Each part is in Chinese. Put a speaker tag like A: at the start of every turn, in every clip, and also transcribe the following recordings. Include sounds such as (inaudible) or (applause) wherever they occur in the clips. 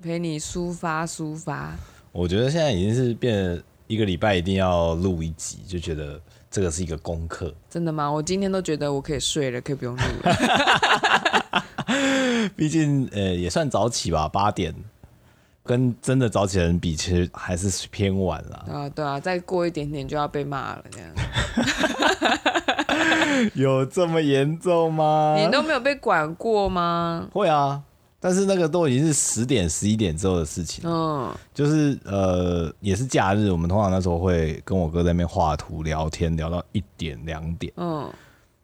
A: 陪你抒发抒发。
B: 我觉得现在已经是变得一个礼拜一定要录一集，就觉得这个是一个功课。
A: 真的吗？我今天都觉得我可以睡了，可以不用录
B: (laughs)
A: 了。
B: 毕竟呃也算早起吧，八点跟真的早起的人比，其实还是偏晚啦。
A: 啊，对啊，再过一点点就要被骂了，这样。
B: 有这么严重吗？
A: 你都没有被管过吗？
B: 会啊，但是那个都已经是十点、十一点之后的事情，
A: 嗯，
B: 就是呃也是假日，我们通常那时候会跟我哥在那边画图聊天，聊到一点两点。
A: 嗯，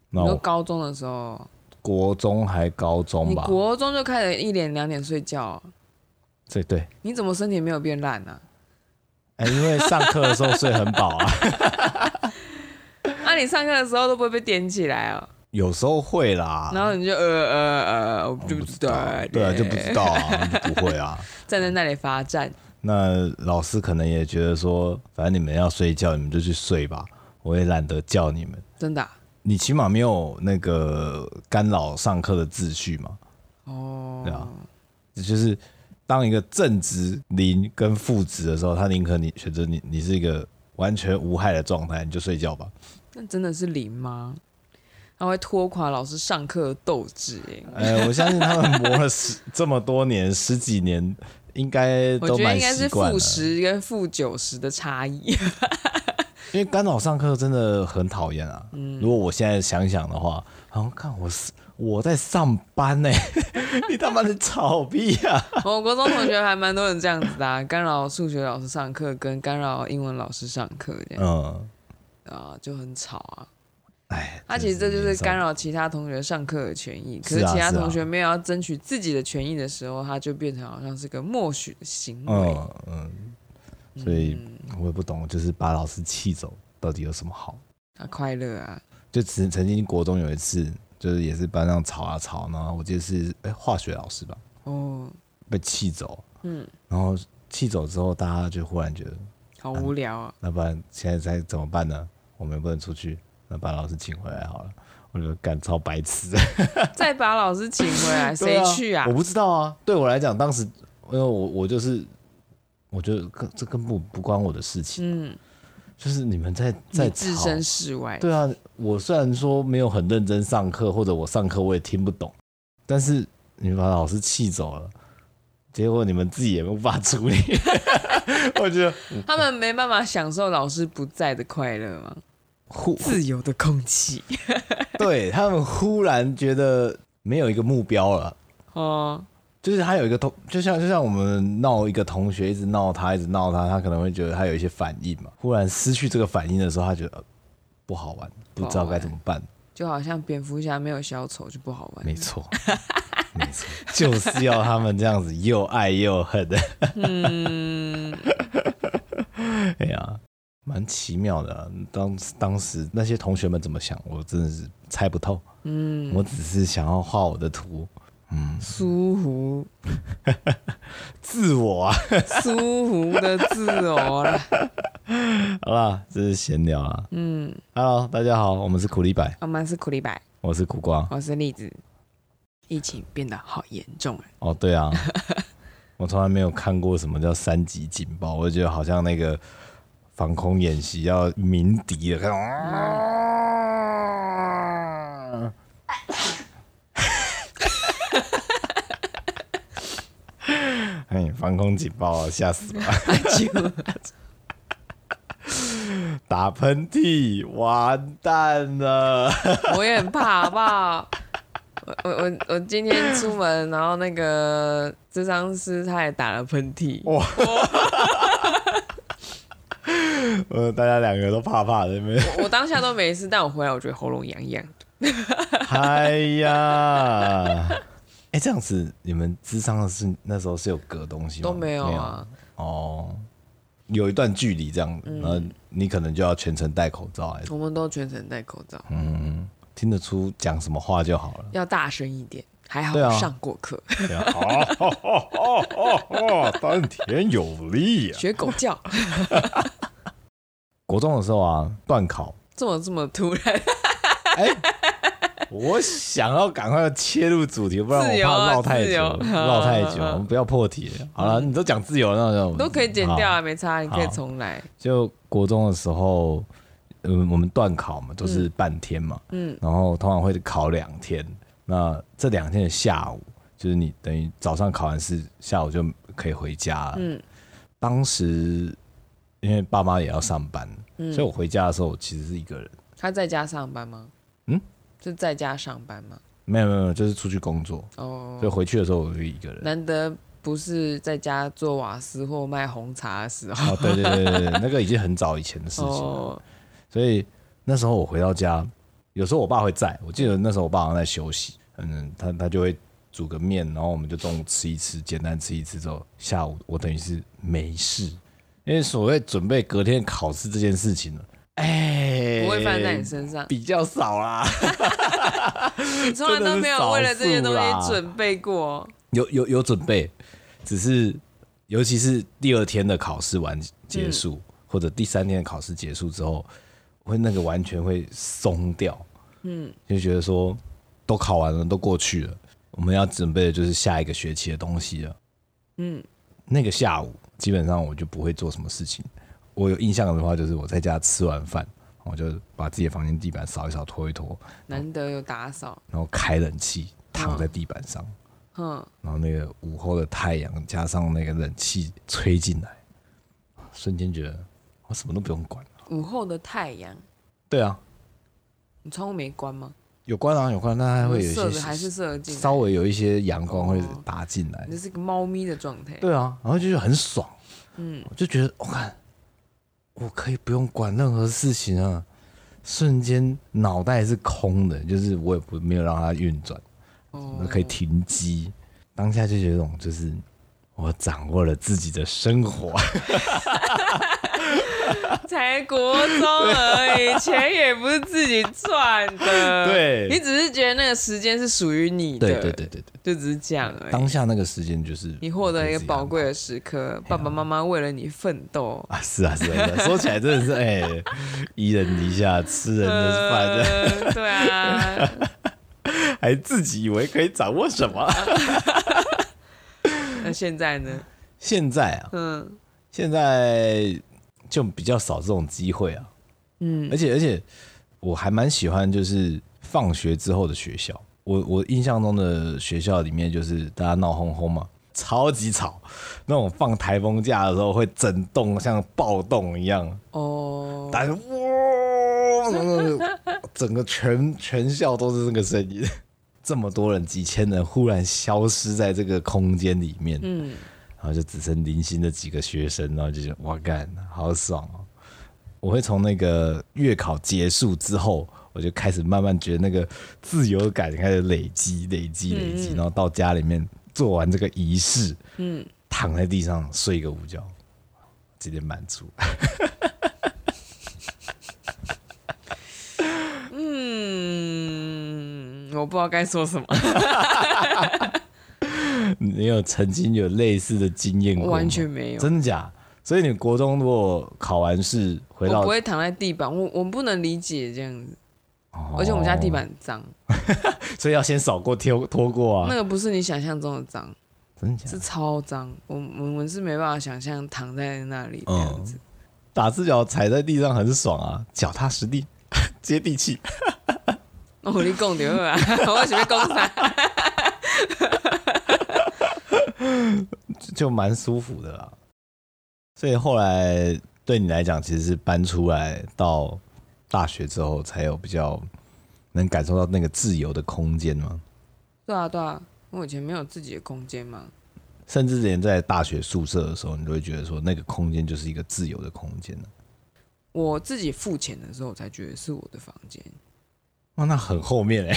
A: 你
B: 那
A: 说
B: 我
A: 高中的时候，
B: 国中还高中
A: 你
B: 吧？
A: 国中就开始一点两点睡觉，
B: 对对，
A: 你怎么身体没有变烂啊
B: (laughs)
A: 呢、
B: 哎、因为上课的时候睡很饱啊。
A: 啊？啊，你上课的时候都不会被点起来哦，
B: 有时候会啦，
A: 然后你就呃呃呃，我
B: 啊我
A: 就不知道，哎
B: 对啊，就不知道啊，就不会
A: (laughs)
B: 啊。
A: 站在那里罚站，
B: 那老师可能也觉得说，反正你们要睡觉，你们就去睡吧，我也懒得叫你们。
A: 真的啊、
B: 你起码没有那个干扰上课的秩序嘛，
A: 哦，
B: 对啊，就是当一个正职零跟副职的时候，他宁可你选择你，你是一个完全无害的状态，你就睡觉吧。
A: 那真的是零吗？他会拖垮老师上课的斗志哎。
B: 呃，我相信他们磨了十这么多年，十几年，应该
A: 我
B: 都
A: 觉得
B: 蛮
A: 应该
B: 习
A: 是
B: 惯了
A: 负。十跟负九十的差异。 (laughs)
B: 因为干扰上课真的很讨厌啊。
A: 嗯
B: 如果我现在想想的话，好像看我是我在上班呢、 (laughs) 你他妈的吵屁啊！
A: 我国中同学还蛮多人这样子的、啊，干扰数学老师上课跟干扰英文老师上课这样、
B: 嗯，
A: 啊，就很吵啊。
B: 哎，
A: 那、其实这就是干
B: 扰。
A: 扰其他同学上课的权益，可
B: 是啊
A: 其他
B: 是啊
A: 同学没有要争取自己的权益的时候，他就变成好像是个默许的行为。
B: 嗯嗯，所以
A: 嗯
B: 我也不懂，就是把老师气走到底有什么好？
A: 啊，快乐啊，
B: 就曾曾经国中有一次，就是也是班上吵啊吵，然后我记得是哎、化学老师吧，
A: 哦，
B: 被气走，
A: 嗯，
B: 然后气走之后，大家就忽然觉得，
A: 好无聊啊。
B: 那不然现在该怎么办呢？我们也不能出去，那把老师请回来好了。我就干超白痴，
A: 再把老师请回
B: (laughs)
A: 来， (laughs) 谁去啊
B: 我？不知道啊。对我来讲，当时因为我我就是，我觉得跟这根本不关我的事情，
A: 嗯，
B: 就是你们在在
A: 你置
B: 吵
A: 身事外。
B: 对啊，我虽然说没有很认真上课，或者我上课我也听不懂，但是你把老师气走了，结果你们自己也无法处理，
A: (laughs)
B: 我觉得
A: 他们没办法享受老师不在的快乐吗？
B: 忽
A: 自由的空气。
B: 对他们忽然觉得没有一个目标了。
A: 哦，
B: 就是他有一个同，就像就像我们闹一个同学，一直闹他，一直闹他，他可能会觉得他有一些反应嘛。忽然失去这个反应的时候，他觉得、呃不好玩，不知道该怎么办。
A: 就好像蝙蝠侠没有小丑就不好玩。
B: 没错， (laughs) 没错，就是要他们这样子又爱又恨的。 (laughs)
A: 嗯，
B: 哎呀，蛮奇妙的啊、当当时那些同学们怎么想，我真的是猜不透。嗯，我只是想要画我的图，
A: 苏湖，
B: 自我啊。
A: 苏湖的自由啦。 (laughs)
B: 好啦，这是闲聊啊。
A: 嗯，
B: Hello，大家好，我们是苦力白，
A: 我们是苦力白，
B: 我是苦瓜。
A: 我是栗子。疫情变得好严 (laughs) 重啊！
B: 哦，对啊， (laughs) 我从来没有看过什么叫三级警报，我就觉得好像那个防空演习要鸣笛了，看到啊。 (laughs) 哎，防空警报啊，吓死了！ (laughs)
A: 哎
B: 打喷嚏，完蛋了！
A: 我也很怕，好不好？我我我我今天出门，然后那个智商师他也打了喷嚏，
B: 呃，大家两个都怕怕的，没有？
A: 我我当下都没事，但我回来我觉得喉咙痒痒。
B: 哎呀，哎、这样子，你们智商的是那时候是有隔东西吗？
A: 都没有啊，
B: 哦，有一段距离这样，然后你可能就要全程戴口罩、哎，
A: 我们都全程戴口罩，
B: 嗯，听得出讲什么话就好了。
A: 要大声一点。还好
B: 对啊
A: 我上过课，
B: 这样哦哦哦哦哦，丹田有力、啊。
A: (laughs) 学狗叫，
B: 国中的时候啊，断考，
A: 怎么这么突然？
B: 哎、我想要赶快切入主题，不然
A: 自
B: 我
A: 由啊
B: 怕绕太
A: 自
B: 久，
A: 由
B: 绕太久，
A: 好
B: 我们不要破题了。好了，你都讲自由了，那我们
A: (laughs) 都可以剪掉
B: 嗯好
A: 啊，没差，你可以
B: 好
A: 重来。
B: 就国中的时候，嗯，我们段考嘛，都是半天嘛，
A: 嗯
B: 然后通常会考两天。那这两天的下午，就是你等于早上考完试，下午就可以回家了。
A: 嗯
B: 当时因为爸妈也要上班，所以
A: 嗯，
B: 我回家的时候，我其实是一个人。
A: 他在家上班吗？
B: 嗯，
A: 是在家上班吗？
B: 没有没有，没有就是出去工作，
A: 哦
B: 所以，回去的时候我就一个
A: (laughs)
B: 人。
A: 难得不是在家做瓦斯或卖红茶的时候。
B: 哦，对对对对对，那个已经很早以前的事情了。
A: 哦，
B: 所以那时候我回到家，有时候我爸会在，我记得那时候我爸好像在休息，嗯，他他就会煮个面，然后我们就中午吃一吃，简单吃一吃之后，下午我等于是没事，因为所谓准备隔天考试这件事情呢，哎，
A: (laughs) 不会放在你身上，
B: 比较少啦，欸
A: 你 (laughs) 从来都没有为了这些东
B: 真的是少
A: 西
B: 数啦
A: 准备过。
B: 有有有准备，只是尤其是第二天的考试完结束，或者第三天的考试结束之后，会那个完全会松掉，嗯，就觉得说都考完了，都过去了，我们要准备的就是下一个学期的东西了。
A: 嗯，
B: 那个下午基本上我就不会做什么事情。我有印象的话，就是我在家吃完饭，我就把自己的房间地板扫一扫、拖一拖，
A: 难得有打扫，
B: 然后开冷气，躺在地板上。
A: 哼，
B: 然后那个午后的太阳加上那个冷气吹进来，瞬间觉得我什么都不用管。
A: 午后的太阳，
B: 对啊，
A: 你窗户没关吗？
B: 有关啊有关，那还会有一
A: 射的还
B: 些
A: 是射得进来，
B: 稍微有一些阳光会
A: 哦
B: 打进来
A: 你这。是个猫咪的状态。
B: 对啊，然后就是很爽，
A: 嗯，
B: 我就觉得我哦看我可以不用管任何事情啊，瞬间脑袋是空的，就是我也不没有让它运转，
A: 哦
B: 可以停机。当下就觉得这种就是我掌握了自己的生活。
A: 才国中而已，钱也不是自己赚的。
B: (laughs) 对
A: 你只是觉得那个时间是属于你的，
B: 对对对对对。
A: 对，就只是这样而已。
B: 当下那个时间就是
A: 哎
B: 哎
A: 你获得了一个宝贵
B: 的
A: 的时刻，爸爸妈妈为了你奋斗。
B: 啊，是啊是啊，
A: (laughs)
B: 是啊说起来真的是哎，一人篱下吃人的饭，这
A: 呃，对啊，
B: (laughs) 还自己以为可以掌握什
A: (laughs)
B: 么？
A: 那现在呢？
B: 现在啊，
A: 嗯
B: 现在就比较少这种机会啊，
A: 嗯
B: 而且而且我还蛮喜欢就是放学之后的学校，我我印象中的学校里面就是大家闹哄哄嘛。超级吵，那种放台风假的时候会整栋像暴动一样，
A: 哦，
B: 打成哇，然后就整个全全校都是这个声音。 (laughs) 这么多人，几千人忽然消失在这个空间里面，
A: 嗯，
B: 然后就只剩零星的几个学生，然后就觉得哇干，好爽哦！我会从那个月考结束之后，我就开始慢慢觉得那个自由感开始累积、累积、累
A: 嗯
B: 积，然后到家里面做完这个仪式，嗯，躺在地上睡一个午觉，直接满足。
A: 嗯，我不知道该说什么，
B: 你有曾经有类似的经验过吗？
A: 完全没有。
B: 真的假？所以你国中如果考完试回
A: 我
B: 到
A: 不，会躺在地板，我我不能理解这样子，
B: 哦
A: 而且我们家地，板很脏，
B: 所以要先扫过、拖拖过
A: 那
B: 啊。
A: 个不是你想象中的脏，
B: 真的假
A: 是？超脏。我我们是没办法想象躺在那里这样
B: 嗯
A: 子。
B: 打赤脚踩在地上很爽啊，脚踏实地， (laughs) 接地气。
A: 那我立供点啊，我准备供啥？
B: 就就蛮舒服的啦。所以后来对你来讲，其实是搬出来到大学之后，才有比较能感受到那个自由的空间嘛。
A: 对啊对啊，我以前没有自己的空间嘛。
B: 甚至连在大学宿舍的时候，你都会觉得说，那个空间就是一个自由的空间了。
A: 我自己付钱的时候，我才觉得是我的房间。
B: 哇，哦那很后
A: (laughs)
B: 面哎、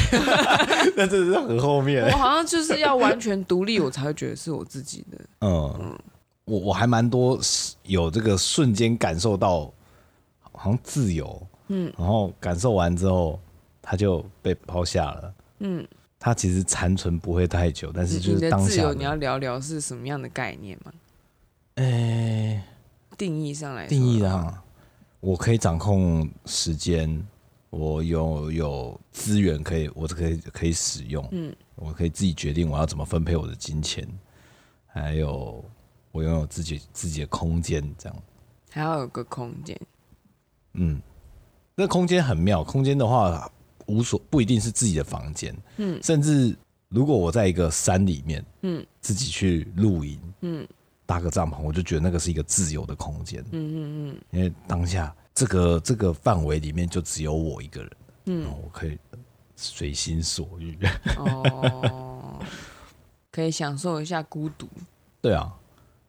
B: 那真的是很后面、
A: 我
B: 欸。
A: 好像就是要完全独立，我才会觉得是我自己的。
B: (laughs) 嗯，我我还蛮多是有这个瞬间感受到，好像自由，嗯，然后感受完之后，他就被抛下了，
A: 嗯，
B: 他其实残存不会太久，但是就
A: 你
B: 是
A: 的
B: 当
A: 自
B: 下
A: 由，
B: 的
A: 你要聊聊是什么样的概念嘛？
B: 哎
A: 定义上来说，
B: 定义上，我可以掌控时间，我有有资源可以，我可以可以使用，嗯，我可以自己决定我要怎么分配我的金钱，还有我拥有自己自己的空间，这样，
A: 还要有个空间。
B: 嗯，那空间很妙，空间的话无所不一定是自己的房间，嗯，甚至如果我在一个山里面，嗯，自己去露营，嗯，搭个帐篷，我就觉得那个是一个自由的空间，嗯嗯嗯，因为当下这个这个范围里面就只有我一个人，嗯，我可以随心所欲， (laughs)
A: 哦， (laughs) 可以享受一下孤独。
B: 对啊，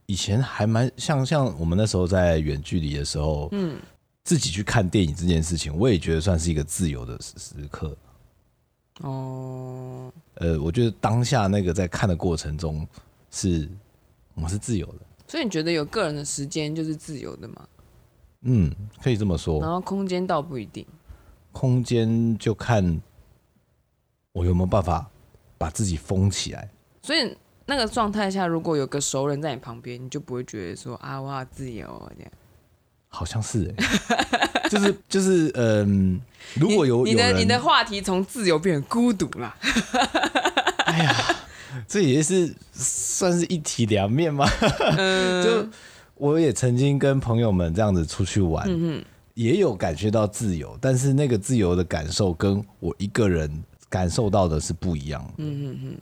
B: 以前还蛮像像我们那时候在远距离的时候，嗯，自己去看电影这件事情，我也觉得算是一个自由的时时刻。
A: 哦，
B: 呃，我觉得当下那个在看的过程中是，我是自由的，
A: 所以你觉得有个人的时间就是自由的嘛？
B: 嗯，可以这么
A: 然
B: 说。
A: 后空间倒不一定。
B: 空间就看我有没有办法把自己封起来。
A: 所以那个状态下，如果有个熟人在你旁边，你就不会觉得说啊，我好自由哦这样。
B: 好像是、欸，就是就是，嗯、如果有
A: 你你的
B: 有人
A: 你的话题从自由变成孤独
B: (laughs)
A: 啦。
B: 这也是算是一体两面吗？ (laughs) 就我也曾经跟朋友们这样子出去玩，也有感觉到自由，但是那个自由的感受跟我一个人感受到的是不一样的。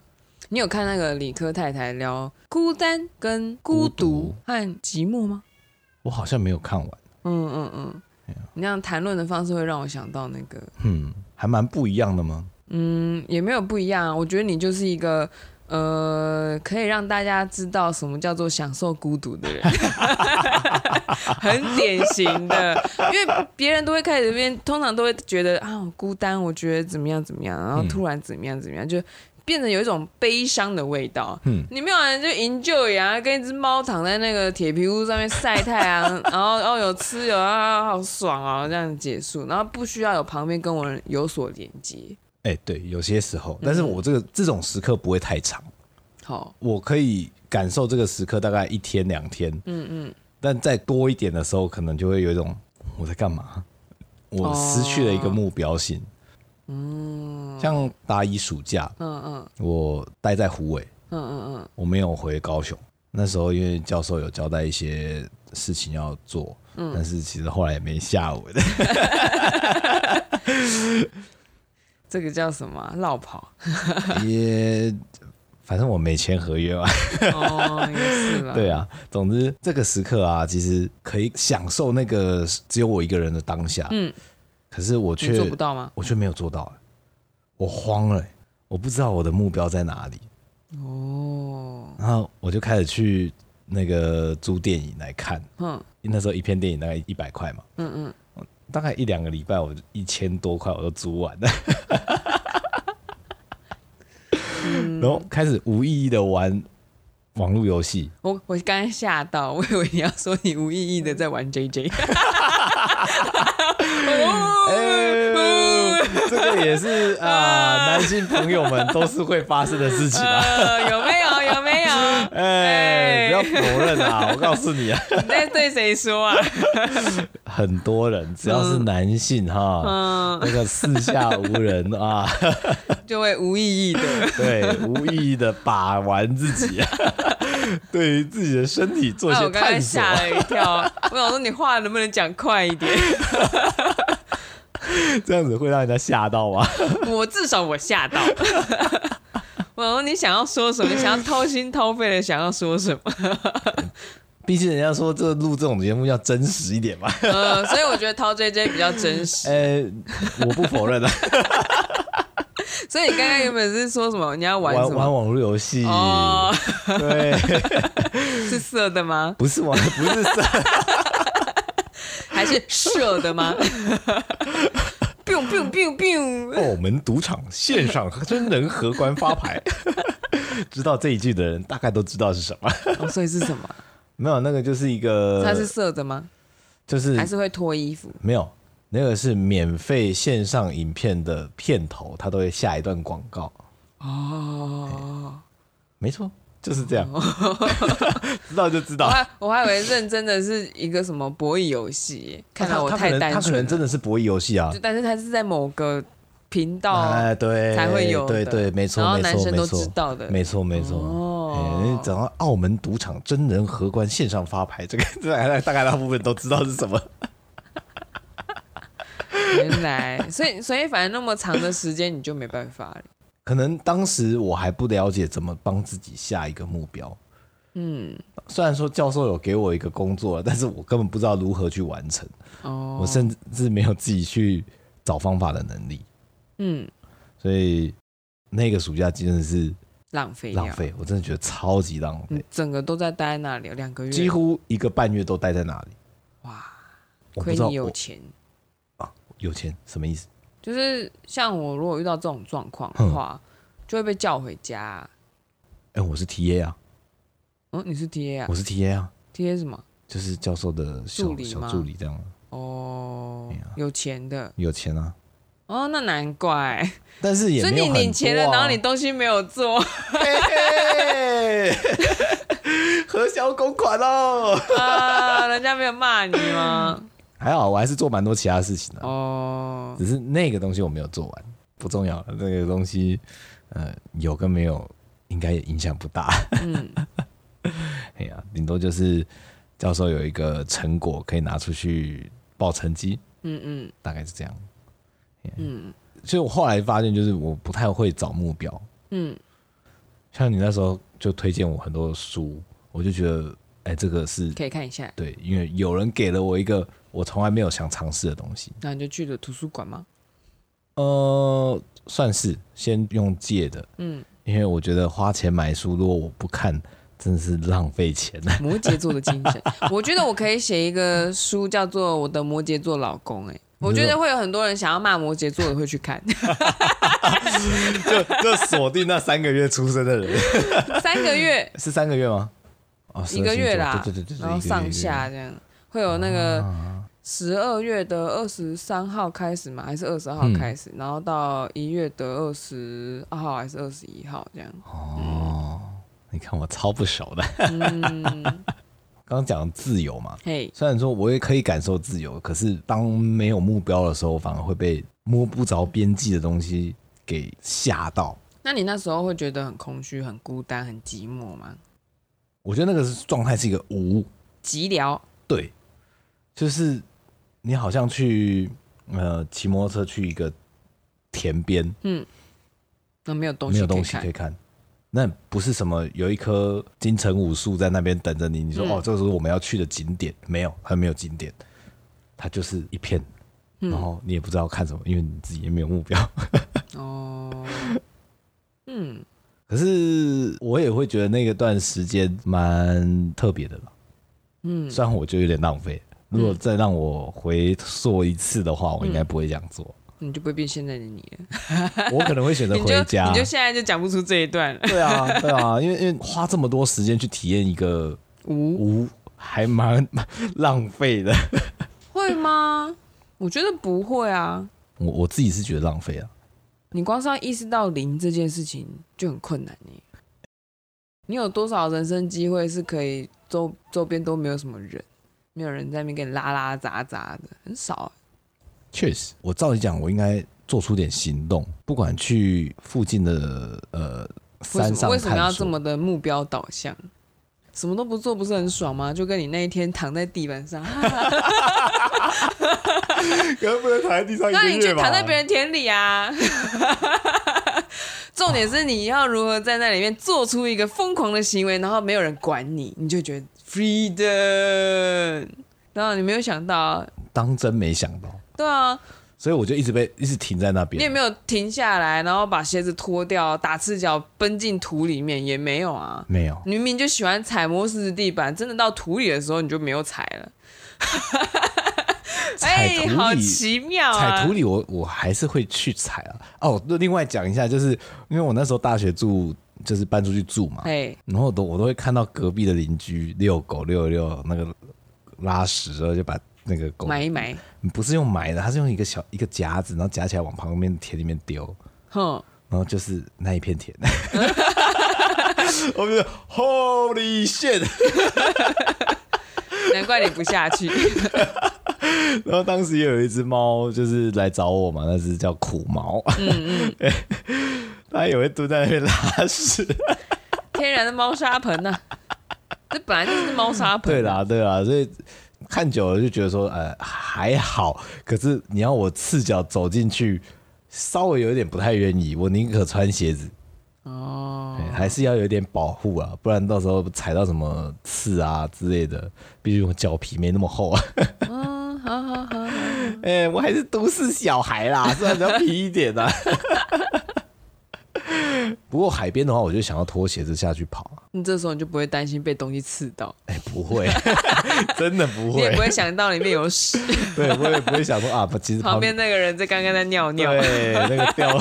A: 你有看那个理科太太聊孤单跟孤独和寂寞吗？
B: 我好像没有看完，
A: 嗯嗯嗯，你那样谈论的方式会让我想到那个，
B: 嗯，还蛮不一样的吗？
A: 嗯，也没有不一样啊。我觉得你就是一个呃，可以让大家知道什么叫做享受孤独的人， (laughs) 很典型的。因为别人都会开始变，通常都会觉得啊，我孤单，我觉得怎么样怎么样，然后突然怎么样怎么样，就变成有一种悲伤的味道。
B: 嗯
A: 你没有人就 enjoy 啊，跟一只猫躺在那个铁皮屋上面晒太阳， (laughs) 然后哦有吃有啊，好爽啊，这样结束，然后不需要有旁边跟我有所连接。
B: 哎、对，有些时候，但是我这个、这种时刻不会太长，
A: 好，
B: 我可以感受这个时刻大概一天两天，嗯嗯，但再多一点的时候，可能就会有一种我在干嘛，我失去了一个目标性。嗯，像大一暑假，
A: 哦嗯嗯
B: 我待在湖尾，
A: 嗯嗯嗯，
B: 我没有回高雄。那时候因为教授有交代一些事情要做，
A: 嗯
B: 但是其实后来也没下文。 (laughs)
A: 这个叫什么啊？绕
B: (laughs)
A: 跑。
B: 也反正我没签合约嘛，
A: 哦，也是啦。
B: 对啊。总之这个时刻啊，其实可以享受那个只有我一个人的当下，嗯。可是我
A: 你
B: 却
A: 做不到吗？
B: 我却没有做到、欸我慌了、欸我不知道我的目标在哪里，
A: 哦，
B: 然后我就开始去那个租电影来看，
A: 哼，
B: 那时候一片电影大概一百块嘛，嗯嗯。大概一两个礼拜，我就一千多块我都
A: (laughs)
B: 租完了，
A: 嗯
B: 然后开始无意义的玩网络游戏，
A: 我我刚刚吓到， (laughs) 我以为你要说你无意义的在玩
B: (laughs)
A: JJ。
B: 哎
A: 哎
B: 呦这个也
A: (laughs)
B: 是啊，男性朋友们都是会发生的事情啊。
A: 呃，有没有？有没有？
B: 哎，
A: 哎
B: 不要否认
A: (laughs)
B: 啊！我告诉你啊，
A: 你在对谁说
B: (laughs)
A: 啊？
B: 很多人只要是男性哈，
A: 嗯
B: 那个四下无人啊，
A: (laughs) 就会无意义的。
B: 对，无意义的把玩自
A: (laughs)
B: 己，啊对于自己的身体做一
A: 那
B: 些
A: 啊哦我刚刚吓。
B: 探索
A: 了一跳，我想说你话能不能讲快一点？
B: 这样子会让人家吓到吗？
A: 我至少我吓到。 (laughs) 我想说你想要说什么？你想要掏心掏肺的想要说什
B: (laughs)
A: 么？
B: 毕竟人家说这录这种节目要真实一点
A: (laughs)
B: 嘛。
A: 呃，所以我觉得掏 J J 比较真实。
B: 呃，我不否认啊，
A: 所以你刚刚原本是说什么？你要 (laughs) 玩
B: 玩
A: 什
B: 玩
A: 么？
B: 网络游戏，
A: 哦， (laughs)
B: 对，
A: 是色的吗？
B: 不是玩，不是色，
A: 还是射的 (laughs) 吗？biu biu biu (laughs) biu，
B: 澳门赌场线上真人荷官发牌，知道这一句的人大概都知道是什么。
A: 哦所以是什么？
B: 没有，那个就是一个，
A: 它是色的吗？
B: 呃就是
A: 还是会脱衣服？
B: 没有，那个是免费线上影片的片头，它都会下一段广告。
A: 哦，
B: 哎没错，就是这样， (laughs) 知道就知
A: 我
B: 道。
A: 还我还以为认真的是一个什么博弈游戏， (laughs) 看来我
B: 他他可
A: 太
B: 能
A: 单
B: 他可
A: 纯
B: 能真
A: 了。
B: 的是博弈游戏啊
A: 就，但是他是在某个频道
B: 哎，对，
A: 哦才会有的，
B: 对对，没错，
A: 然后
B: 没
A: 男
B: 错，
A: 生
B: 没
A: 都知
B: 错，
A: 道的，
B: 没错，没错。
A: 哦
B: 哎，讲到澳门赌场真人荷官线上发牌，这个 (laughs) 这个大概大部分都知道是什么。 (laughs)
A: 原来，所以所以反正那么长的时间你就没办法了。
B: 可能当时我还不了解怎么帮自己下一个目标。嗯，虽然说教授有给我一个工作，但是我根本不知道如何去完成，
A: 哦，
B: 我甚至没有自己去找方法的能力，
A: 嗯，
B: 所以那个暑假真的是
A: 浪费掉
B: 浪，费，我真的觉得超级浪费
A: 你，整个都在待在那里两个月，
B: 几乎一个半月都待在那里。
A: 哇，
B: 我不
A: 亏
B: 知道
A: 你有
B: 我
A: 钱。
B: 有钱什么意思？
A: 就是像我如果遇到这种状况的话，就会被叫回家。
B: 哎、我是 TA 啊，
A: 嗯，你是 TA 啊
B: 我是 TA 啊，
A: ？TA 什么？
B: 就是教授的小
A: 助理
B: 小
A: 吗
B: 助理这样，
A: 哦
B: 哎呀，
A: 有钱的
B: 有钱啊，
A: 哦，那难怪。
B: 但是也
A: 所以
B: 没有
A: 你
B: 很
A: 领钱了，
B: 多啊
A: 然后你东西没有做， (laughs)
B: 嘿嘿，核销公款喽！
A: 啊，人家没有骂你吗？
B: 还好，我还是做蛮多其他事情的、
A: 哦，
B: 只是那个东西我没有做完，不重要了。那个东西，呃，有跟没有应该也影响不大。
A: 嗯，
B: 哎呀、顶多就是教授有一个成果可以拿出去报成绩，
A: 嗯嗯
B: 大概是这样。
A: 嗯
B: 所以我后来发现，就是我不太会找目标。
A: 嗯，
B: 像你那时候就推荐我很多书，我就觉得，哎、这个是
A: 可以看一下。
B: 对，因为有人给了我一个我从来没有想尝试的东西。
A: 那你就去了图书馆吗？
B: 呃，算是先用借的，
A: 嗯，
B: 因为我觉得花钱买书，如果我不看，真的是浪费 (laughs) 钱。
A: 摩羯座的精神，我觉得我可以写一个书，叫做《我的摩羯座老公》。哎，我觉得会有很多人想要骂摩羯座的会去看。 (laughs)
B: 就就锁定那三个月出生的人，
A: 三个月
B: (laughs) 是三个月吗？哦，
A: 一个月啦，
B: 对对对对，
A: 然后上下这样，会有那个十二月的二十三号开始嘛，还是二十号开始，然后到一月的二十二号还是二十一号这样。
B: 哦。你看我超不熟的，
A: 嗯，
B: 刚刚讲自由嘛，
A: 嘿，
B: 虽然说我也可以感受自由，可是当没有目标的时候，反而会被摸不着边际的东西给吓到。
A: 那你那时候会觉得很空虚、很孤单、很寂寞吗？
B: 我觉得那个是状态是一个无，
A: 寂寥，
B: 对，就是你好像去呃骑摩托车去一个田边，
A: 那没有东
B: 没
A: 西
B: 有
A: 可以
B: 东西可
A: 看
B: 以。看。那不是什么有一棵金城武树在那边等着你，你说、
A: 嗯
B: 哦，这是我们要去的景点，没有，它没有景点，它就是一片，
A: 嗯
B: 然后你也不知道看什么，因为你自己也没有目标。
A: 哦， (laughs) 嗯，
B: 可是我也会觉得那个段时间蛮特别的了，
A: 嗯
B: (laughs) 虽然我觉得有点浪费。如果再让我回溯一次的话，我
A: 嗯
B: 应该不会这样做，
A: 你就不会变现在的你了，
B: 我可能会选择
A: (laughs) 你就
B: 回家
A: 你。就现在就讲不出这一段了。
B: 对啊，对啊，因为因为花这么多时间去体验一个
A: 无
B: (laughs) 无，还蛮 (laughs) 浪费的。
A: 会吗？我觉得不会啊。
B: 我我自己是觉得浪费啊。
A: 你光是要意识到零这件事情就很困难呢。你有多少人生机会是可以周周边都没有什么人，没有人在那边给你拉拉杂杂的，很少。啊
B: 确实，我照理讲，我应该做出点行动，不管去附近的呃
A: 为什
B: 山
A: 么
B: 上
A: 为什么
B: 探
A: 要
B: 索
A: 这么的目标导向？什么都不做不是很爽吗？就跟你那一天躺在地板上，
B: (laughs) 可能不能躺在地上
A: 那你去躺在别人田里啊。 (laughs) 重点是你要如何在那里面做出一个疯狂的行为，然后没有人管你，你就觉得 freedom。然后你没有想到啊，
B: 当真没想到，
A: 对啊，
B: 所以我就一直被一直停在那
A: 你也
B: 边。
A: 没有停下来，然后把鞋子脱掉，打赤脚奔进土里面，也没有啊。
B: 没有，
A: 你明明就喜欢踩摩石子地板，真的到土里的时候你就没有踩了。
B: (laughs) 踩
A: 哎、
B: 土
A: 好
B: 里
A: 奇妙啊！
B: 踩土里我我还是会去踩啊。哦，那另外讲一下，就是因为我那时候大学住，就是搬出去住嘛，
A: 哎，
B: 然后我都我都会看到隔壁的邻居遛狗遛一遛，那个拉屎的时候就把那个狗
A: 买一买，
B: 不是用埋的，它是用一个小一个夹子，然后夹起来往旁边田里面丢，
A: 哼。 (laughs)
B: 然后就是那一片田，我们就 Holy shit！
A: 难怪你不下去。
B: 然后当时也有一只猫，就是来找我嘛，那只叫苦毛，嗯嗯， (laughs) 它也会蹲在那边拉屎。
A: 天然的猫砂盆呐、这本来就是猫砂盆。啊
B: 对， (laughs) 啦，对啦，所以看久了就觉得说，呃，还好。可是你要我赤脚走进去，稍微有点不太愿意，我宁可穿鞋子，
A: 哦，
B: 哎还是要有点保护啊，不然到时候踩到什么刺啊之类的，毕竟我脚皮没那么厚啊。
A: 嗯，好好好好，
B: (laughs) 哎、我还是都市小孩啦，虽然比较皮一点啊。 (laughs) 不过海边的话，我就想要脱鞋子下去跑啊。
A: 你这时候你就不会担心被东西刺到，
B: 哎、不会，真的不
A: 你也
B: 会
A: 不。会想到里面有
B: (laughs)
A: 屎，
B: 对，我也不会想说啊，其实
A: 旁边那个人在刚刚在尿尿。
B: 对，那个钓，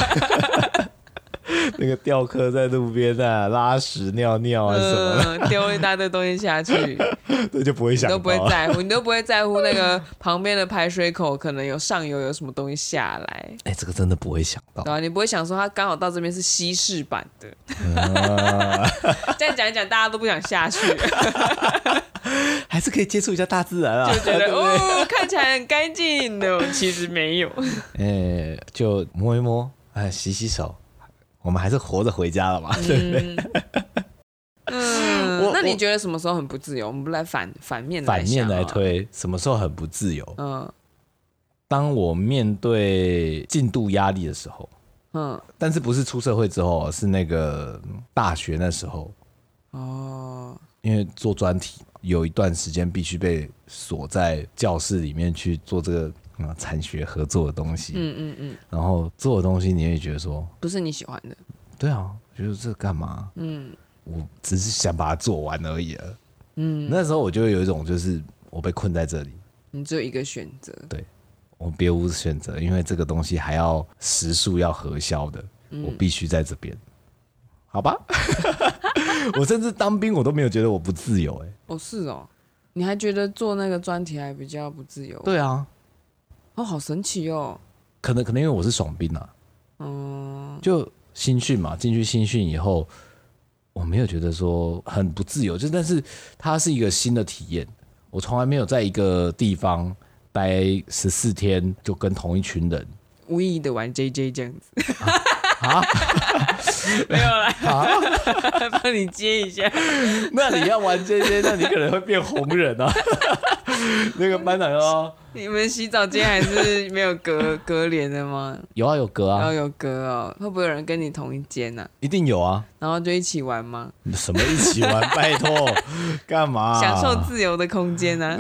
B: (laughs) 那个钓客在路边啊，拉屎尿尿啊什么
A: 嗯，丢一大堆东西下去，
B: 的，这就不会
A: 你
B: 想到
A: 呃都
B: 啊，
A: 不会在乎，你都不会在乎那个旁边的排水口可能有上游有什么东西下来，
B: 哎、这个真的不会想到
A: 对。啊，你不会想说它刚好到这边是西式版的，
B: 啊
A: (laughs) 这样讲一讲大家都不想下去，就
B: (laughs) 还是可以接触一下大自 (laughs) 然啊。
A: 觉得哦看起来很干净的，其实没有。
B: 哎、就摸一摸，哎，洗洗手，我们还是活着回家了嘛，对 (laughs) 不对？
A: 嗯，嗯
B: 我
A: 那你
B: 我
A: 觉得什么时候很不自由？我们不来反反面
B: (laughs) 反面
A: 想啊
B: 来，推，什么时候很不自由？
A: 嗯
B: 当我面对进度压力的时候，
A: 嗯
B: 但是不是出社会之后，哦是那个大学那时候，
A: 哦，
B: 因为做专题有一段时间必须被锁在教室里面去做这个啊产学合作的东西，
A: 嗯嗯嗯，
B: 然后做的东西你也觉得说，
A: 不是你喜欢的，
B: 对啊，觉得这干嘛？
A: 嗯
B: 我只是想把它做完而已了。
A: 嗯，
B: 那时候我就会有一种就是我被困在这里，
A: 你只有一个选择，
B: 我别无选择，因为这个东西还要时数要核销的，我必须在这边，好吧？ (laughs) 我甚至当兵我都没有觉得我不自由、欸，哎，
A: 哦是哦，你还觉得做那个专题还比较不自由？，
B: 对啊，
A: 哦好神奇哦，
B: 可能可能因为我是爽兵啊，
A: 嗯
B: 就新训嘛，进去新训以后，我没有觉得说很不自由，就但是它是一个新的体验，我从来没有在一个地方待十四天，就跟同一群
A: (laughs)
B: 人
A: 无意义的玩 JJ 这样子，
B: 啊，
A: (laughs) 没有啦， (laughs) 帮你接一下，
B: 那你要玩这些，那你可能会变红人啊。 (laughs) 那个班长
A: (laughs)
B: 说
A: 你们洗澡间还是没有隔隔帘的吗？
B: 有啊有隔
A: 然后
B: 啊，
A: 有隔哦，会不会有人跟你同一间呢、
B: 一定有啊，
A: 然后就一起玩吗？
B: 什么一起玩，拜
A: (laughs)
B: 托，干嘛、啊
A: 享受自由的空间
B: (laughs)
A: 呢、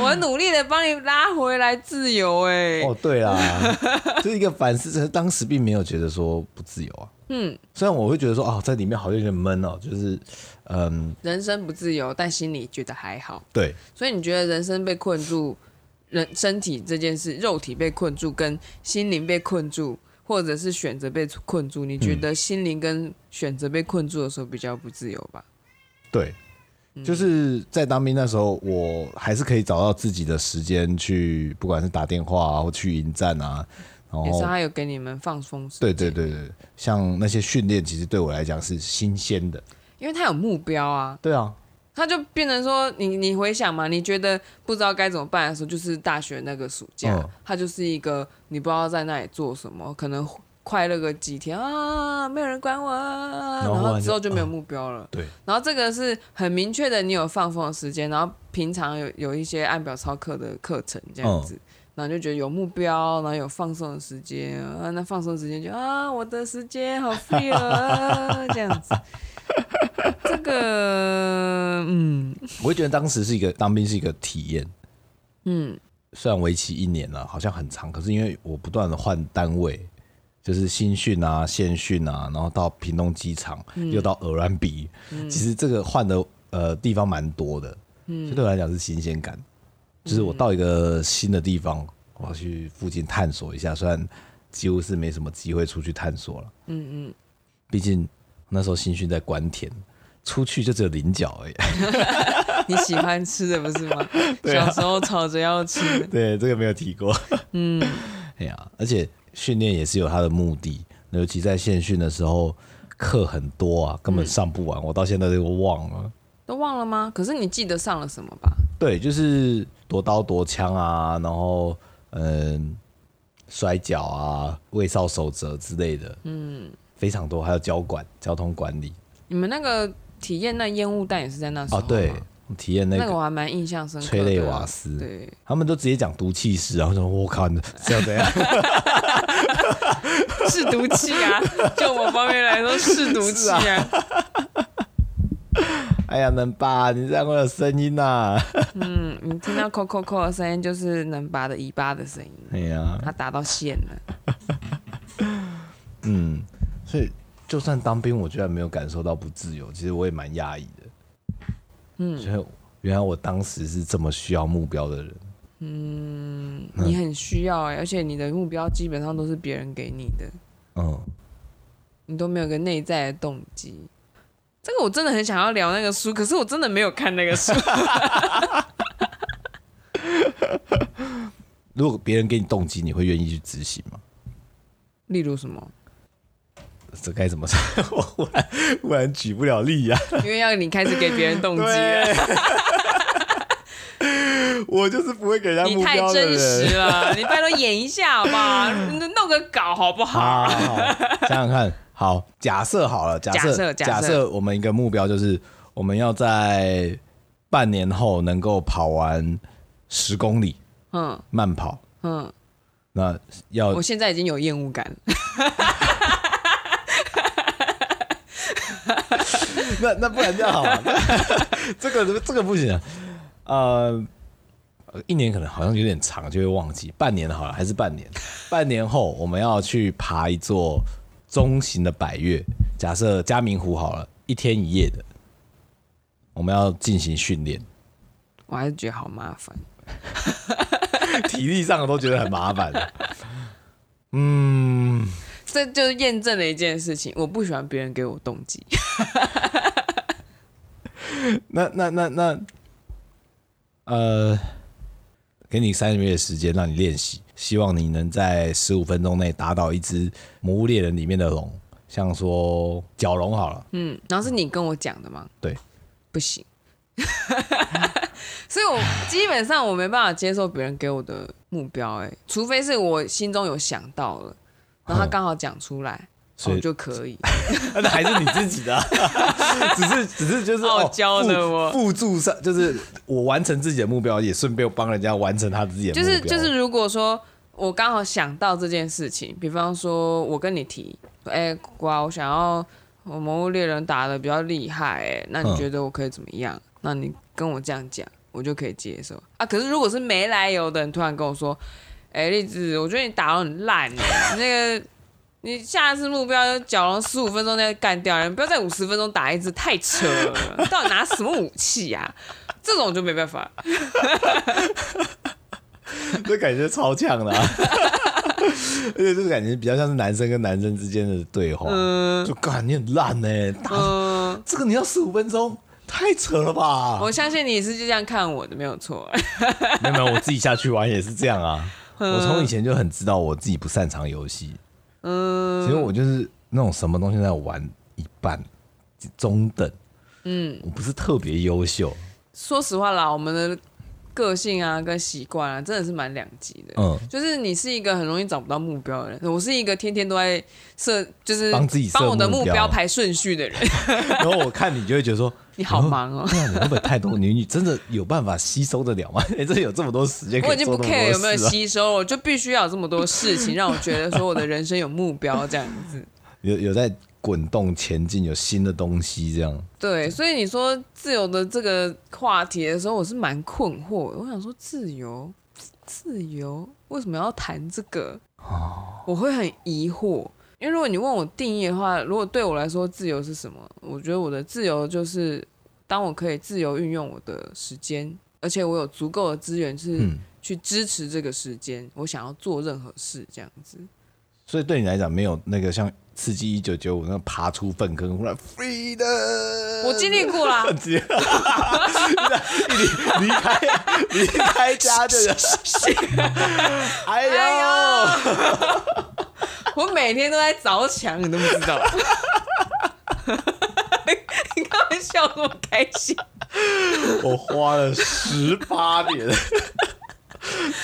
A: 我努力的帮你拉回来自由、哎、
B: 哦，对啦，就是一个反思。当时并没有觉得说不自由啊。
A: 嗯，
B: 虽然我会觉得说，哦，在里面好像有点闷哦，就是，嗯，
A: 人生不自由，但心里觉得还好。
B: 对，
A: 所以你觉得人生被困住，人身体这件事，肉体被困住，跟心灵被困住，或者是选择被困住，你觉
B: 嗯
A: 得心灵跟选择被困住的时候比较不自由吧？
B: 对，
A: 嗯
B: 就是在当兵那时候，我还是可以找到自己的时间去，不管是打电话啊，或去迎战啊，然
A: 也是
B: 后，
A: 他有给你们放松时
B: 对
A: 间，
B: 对对对，像那些训练，其实对我来讲是新鲜的。
A: 因为他有目标啊。
B: 对啊，
A: 他就变成说，你你回想嘛，你觉得不知道该怎么办的时候，就是大学那个暑假，
B: 嗯
A: 它就是一个你不知道在那里做什么，可能快乐个几天啊，没有人管我啊，
B: 然
A: 然
B: 后忽
A: 后
B: 然就嗯
A: 之后就没有目标了。
B: 对，
A: 然后这个是很明确的，你有放风的时间，然后平常有有一些按表操课的课程这样
B: 嗯
A: 子。然后就觉得有目标，然后有放松的时间啊，那放松的时间就啊，我的时间好 free 啊，这样子。这个，嗯
B: 我会觉得当时是一个当兵是一个体验，
A: 嗯，
B: 虽然为期一年了，好像很长，可是因为我不断的换单位，就是新训啊、县训啊，然后到屏东机场，又到鹅銮鼻，其实这个换的呃地方蛮多的，所以对我来讲是新鲜感，就是我到一个新的地方，我要去附近探索一下，虽然几乎是没什么机会出去探索了，嗯嗯，毕竟那时候新训在关田。出去就只有菱角而已。
A: 你喜欢吃的不是吗？
B: (laughs) 对啊
A: 小时候吵着要吃的，
B: 对，这个没有提过。 (laughs) 嗯，哎呀，而且训练也是有它的目的，尤其在现训的时候，课很多啊，根本上不完，我到现在都忘了。
A: 都忘了吗？可是你记得上了什么吧？
B: 对，就是夺刀夺枪啊，然后嗯，摔跤啊，卫哨守则之类的，嗯，非常多，还有交管、交通管理
A: 你们那个体验那烟雾弹也是在那时候
B: 哦，
A: 吗
B: 对，体验那
A: 那
B: 个
A: 个我还蛮印象深刻的。啊
B: 催泪瓦斯
A: 对，
B: 他们都直接讲毒气室啊，我说我靠，这样怎 (laughs) 样？
A: 是毒气
B: (laughs)
A: 啊，就我方面来说是毒气啊。
B: 哎呀，能吧？你这样会有声音呐、 (laughs)
A: 嗯，你听到扣扣扣的声音，就是能拔的尾巴的声音，
B: 哎呀，
A: 它打到线了。
B: 嗯，所以就算当兵，我居然没有感受到不自由，其实我也蛮压抑的。嗯，所以原来我当时是这么需要目标的人。嗯
A: 你很需要哎、而且你的目标基本上都是别人给你的，
B: 嗯，
A: 你都没有个内在的动机。这个我真的很想要聊那个书，可是我真的没有看那个
B: (laughs)
A: 书。
B: 如果别人给你动机，你会愿意去执行吗？
A: 例如什么？
B: 这该怎么说？我忽然忽然举不了例呀、啊
A: 因为要你开始给别人动机了。
B: (laughs) 对，啊我就是不会给人家目
A: 你太
B: 标的
A: 真
B: 人。
A: 实了，你拜托演一下好不好？你弄个稿好不好？
B: 好，好好想想看，好，假设好了，假
A: 假设
B: 设
A: 假设
B: 假设我们一个目标就是我们要在半年后能够跑完十公里
A: 嗯
B: 慢跑，
A: 嗯，
B: 那要
A: 我现在已经有厌恶感了。
B: (laughs) 那那不然这样好了，这个这个不行啊，呃，一年可能好像有点长，就会忘记，半年好了，还是半年，半年后我们要去爬一座中型的百越，假设嘉明湖好了，一天一夜的，我们要进行训练， (laughs)
A: 我还是觉得好麻烦。
B: 体力上都觉得很麻烦。嗯，
A: 这就是验证了一件事情，我不喜欢别人给我动
B: (laughs)
A: 机。
B: 那那那那，呃，给你三个月的时间让你练习，希望你能在十五分钟内打倒一只《魔物猎人》里面的龙，像说角龙好了，
A: 嗯，然后是你跟我讲的吗？
B: 对，
A: 不行。 (laughs) 所以我基本上我没办法接受别人给我的目标、哎，除非是我心中有想到了，然后他刚好讲出来，
B: 嗯所
A: 我、
B: 以
A: 就可以。
B: (laughs) 那还是你自己的啊、 (laughs) 只是只是就是
A: 傲
B: 哦，
A: 娇的
B: 附
A: 我
B: 附注上，就是我完成自己的目标，也顺便帮人家完成他自己的
A: 就
B: 目标，
A: 是就是，如果说我刚好想到这件事情，比方说我跟你提，哎、瓜，我想要我魔物猎人打的比较厉害、哎，那你
B: 嗯
A: 觉得我可以怎么样？那你跟我这样讲，我就可以接受啊。可是如果是没来由的，你突然跟我说，哎、栗子，我觉得你打的很烂、
B: (laughs)
A: 哎那个。你下次目标就角龙十五分钟内干掉人，不要在五十分钟打一只，太扯了！到底拿什么武器呀、这种我就没办法。
B: 这感觉超强的、啊。 (laughs) 而且这个感觉比较像是男生跟男生之间的对话，
A: 嗯
B: 就感你很烂呢、欸打
A: 嗯，
B: 这个你要十五分钟，太扯了吧？
A: 我相信你是就这样看我的，没有错。 (laughs)
B: 没有没有，我自己下去玩也是这样啊。我从以前就很知道我自己不擅长游戏，
A: 嗯
B: 其实我就是那种什么东西都在玩一半中等，
A: 嗯，
B: 我不是特别优秀，
A: 说实话啦，我们的个性啊跟习惯啊，真的是蛮两极的。 (laughs)
B: 嗯，
A: 就是你是一个很容易找不到目标的人，我是一个天天都在设，就是
B: 帮自己设
A: 帮我的目
B: 目标
A: 排顺序的人。 (laughs)。
B: 然后我看你就会觉得说
A: 你好忙哦
B: 对啊，你会不会太多？你你真的有办法吸收得了吗？ (laughs) 哎、真的有这么多时间
A: (laughs)
B: 可
A: 我已
B: 以
A: 经
B: 做
A: 不
B: 那么
A: care 有没
B: 多
A: 有
B: 事、啊？
A: 吸收了，我就必须要有这么多事情让我觉得说我的人生有目标这样子。
B: 有有在滚动前进，有新的东西这样。
A: 对，所以你说自由的这个话题的时候，我是蛮困惑的。我想说，自由，自由为什么要谈这个？
B: 哦
A: 我会很疑惑，因为如果你问我定义的话，如果对我来说，自由是什么？我觉得我的自由就是当我可以自由运用我的时间，而且我有足够的资源是
B: 嗯，
A: 去支持这个时间，我想要做任何事这样子。
B: 所以对你来讲，没有那个像《刺激一九九五》那种爬出粪坑，忽然 free 的，
A: 我经历过
B: (laughs)
A: 啦，
B: 直接离离开离开家的人，哎呦，
A: (laughs) 哎我每天都在凿墙，你都不知道。笑那么开心？
B: 我花了十八年，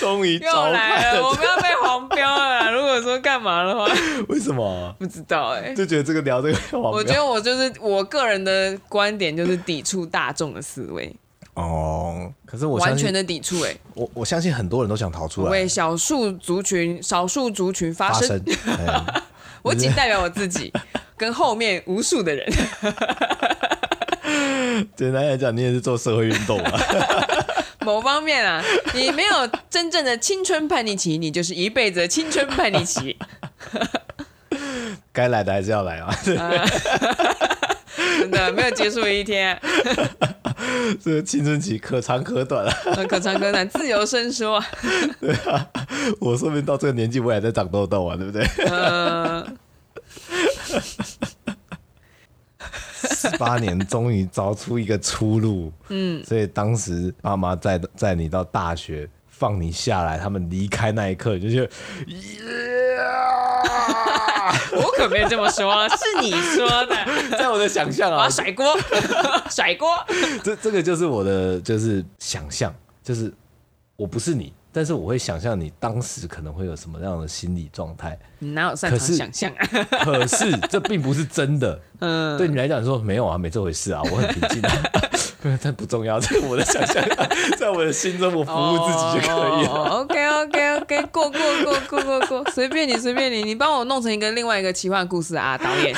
B: 终于
A: 又
B: 找
A: 来
B: 派
A: 了，我
B: 了。
A: 们要被黄标了啦。如果说干嘛的话，
B: 为什么？
A: 不知道哎、
B: 就觉得这个聊这个黄标，
A: 我觉得我就是我个人的观点，就是抵触大众的思维，
B: 哦，可是我
A: 完
B: 相
A: 全
B: 信，
A: 的抵触、欸。
B: 我我相信很多人都想逃出来
A: 为少数族群、少数族群发
B: 发
A: 声，
B: 声。哎
A: 我仅代表我自己，跟后面无数的人。
B: 简单来讲，你也是做社会运动嘛。
A: 某方面啊，你没有真正的青春叛逆期，你就是一辈子的青春叛逆期。
B: 该来的还是要来啊，
A: 真的没有结束的一天，
B: 这个青春期可长可短啊。 (laughs)
A: 可长可短，自由伸缩。
B: 我说不定到这个年纪，我也还在长痘痘啊，对不对？ (laughs)
A: 嗯，
B: 十八年终于找出一个出路，嗯，所以当时爸妈载载你到大学放你下来，他们离开那一刻，你就觉得，Yeah！
A: 我可没有这么说，是你说的。
B: 在我的想象
A: 我
B: 啊
A: 要，甩锅，甩锅。
B: 这这个就是我的就是想象，就是我不是你，但是我会想象你当时可能会有什么样的心理状态，
A: 你哪有擅长
B: 可是
A: 想象啊？
B: (laughs) 可是这并不是真的，
A: 嗯，
B: 对你来讲说没有啊，没这回事啊，我很平静啊。 (laughs) 这不重要，这个我的想象， (laughs) 在我的心中，我服务自己就可以了。
A: 哦 OK OK OK，过过过过过过，随便你随便你，你帮我弄成一个另外一个奇幻故事啊，导演，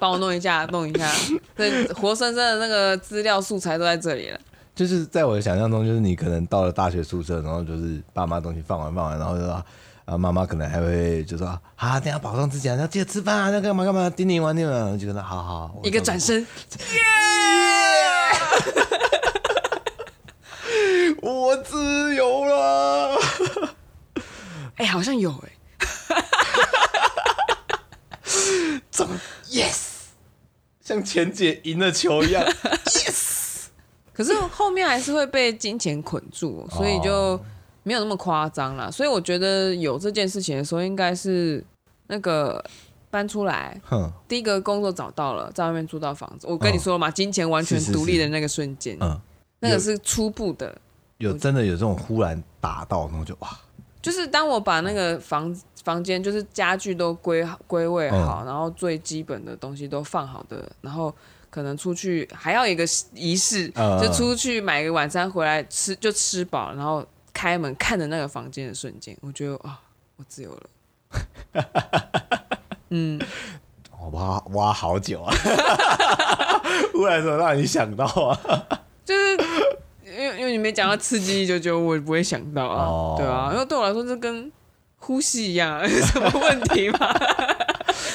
A: 帮我弄一下弄一下，这活生生的那个资料素材都在这里了。
B: 就是在我的想象中，就是你可能到了大学宿舍，然后就是爸妈东西放完放完，然后就说啊，妈妈可能还会就说啊，等一下保重自己啊，要记得吃饭啊，要干嘛干嘛，叮咛完叮咛完，我就跟他好好，好我
A: 一个
B: 照顾
A: 转身，
B: (laughs) 我自由了。
A: 哎、好像有哎、
B: 怎么 yes，像钱姐赢了球
A: (laughs)
B: 一样 yes。
A: 可是后面还是会被金钱捆住，
B: 哦
A: 所以就没有那么夸张啦。所以我觉得有这件事情的时候，应该是那个搬出来，
B: 哼，
A: 第一个工作找到了，在外面租到房子。我跟你说了嘛，金钱完全
B: 哦是是
A: 独立的那个瞬间，
B: 嗯，
A: 那个是初步的。
B: 有真的有这种忽然打到，然后就哇，
A: 就是当我把那个房房间，就是家具都归归位
B: 嗯
A: 好，然后最基本的东西都放好的，然后可能出去还要有一个仪式，
B: 嗯
A: 就出去买个晚餐回来吃就吃饱，然后开门看着那个房间的瞬间，我觉得啊，我自由了。
B: 我挖挖好
A: (laughs)
B: 久啊，忽然怎么让你想到啊？
A: 就是因为因为你没讲到刺激就就我不会想到啊，
B: 哦
A: 对啊，因为对我来说这跟呼吸一样、啊，有 (laughs) 什么问题
B: (laughs)
A: 吗？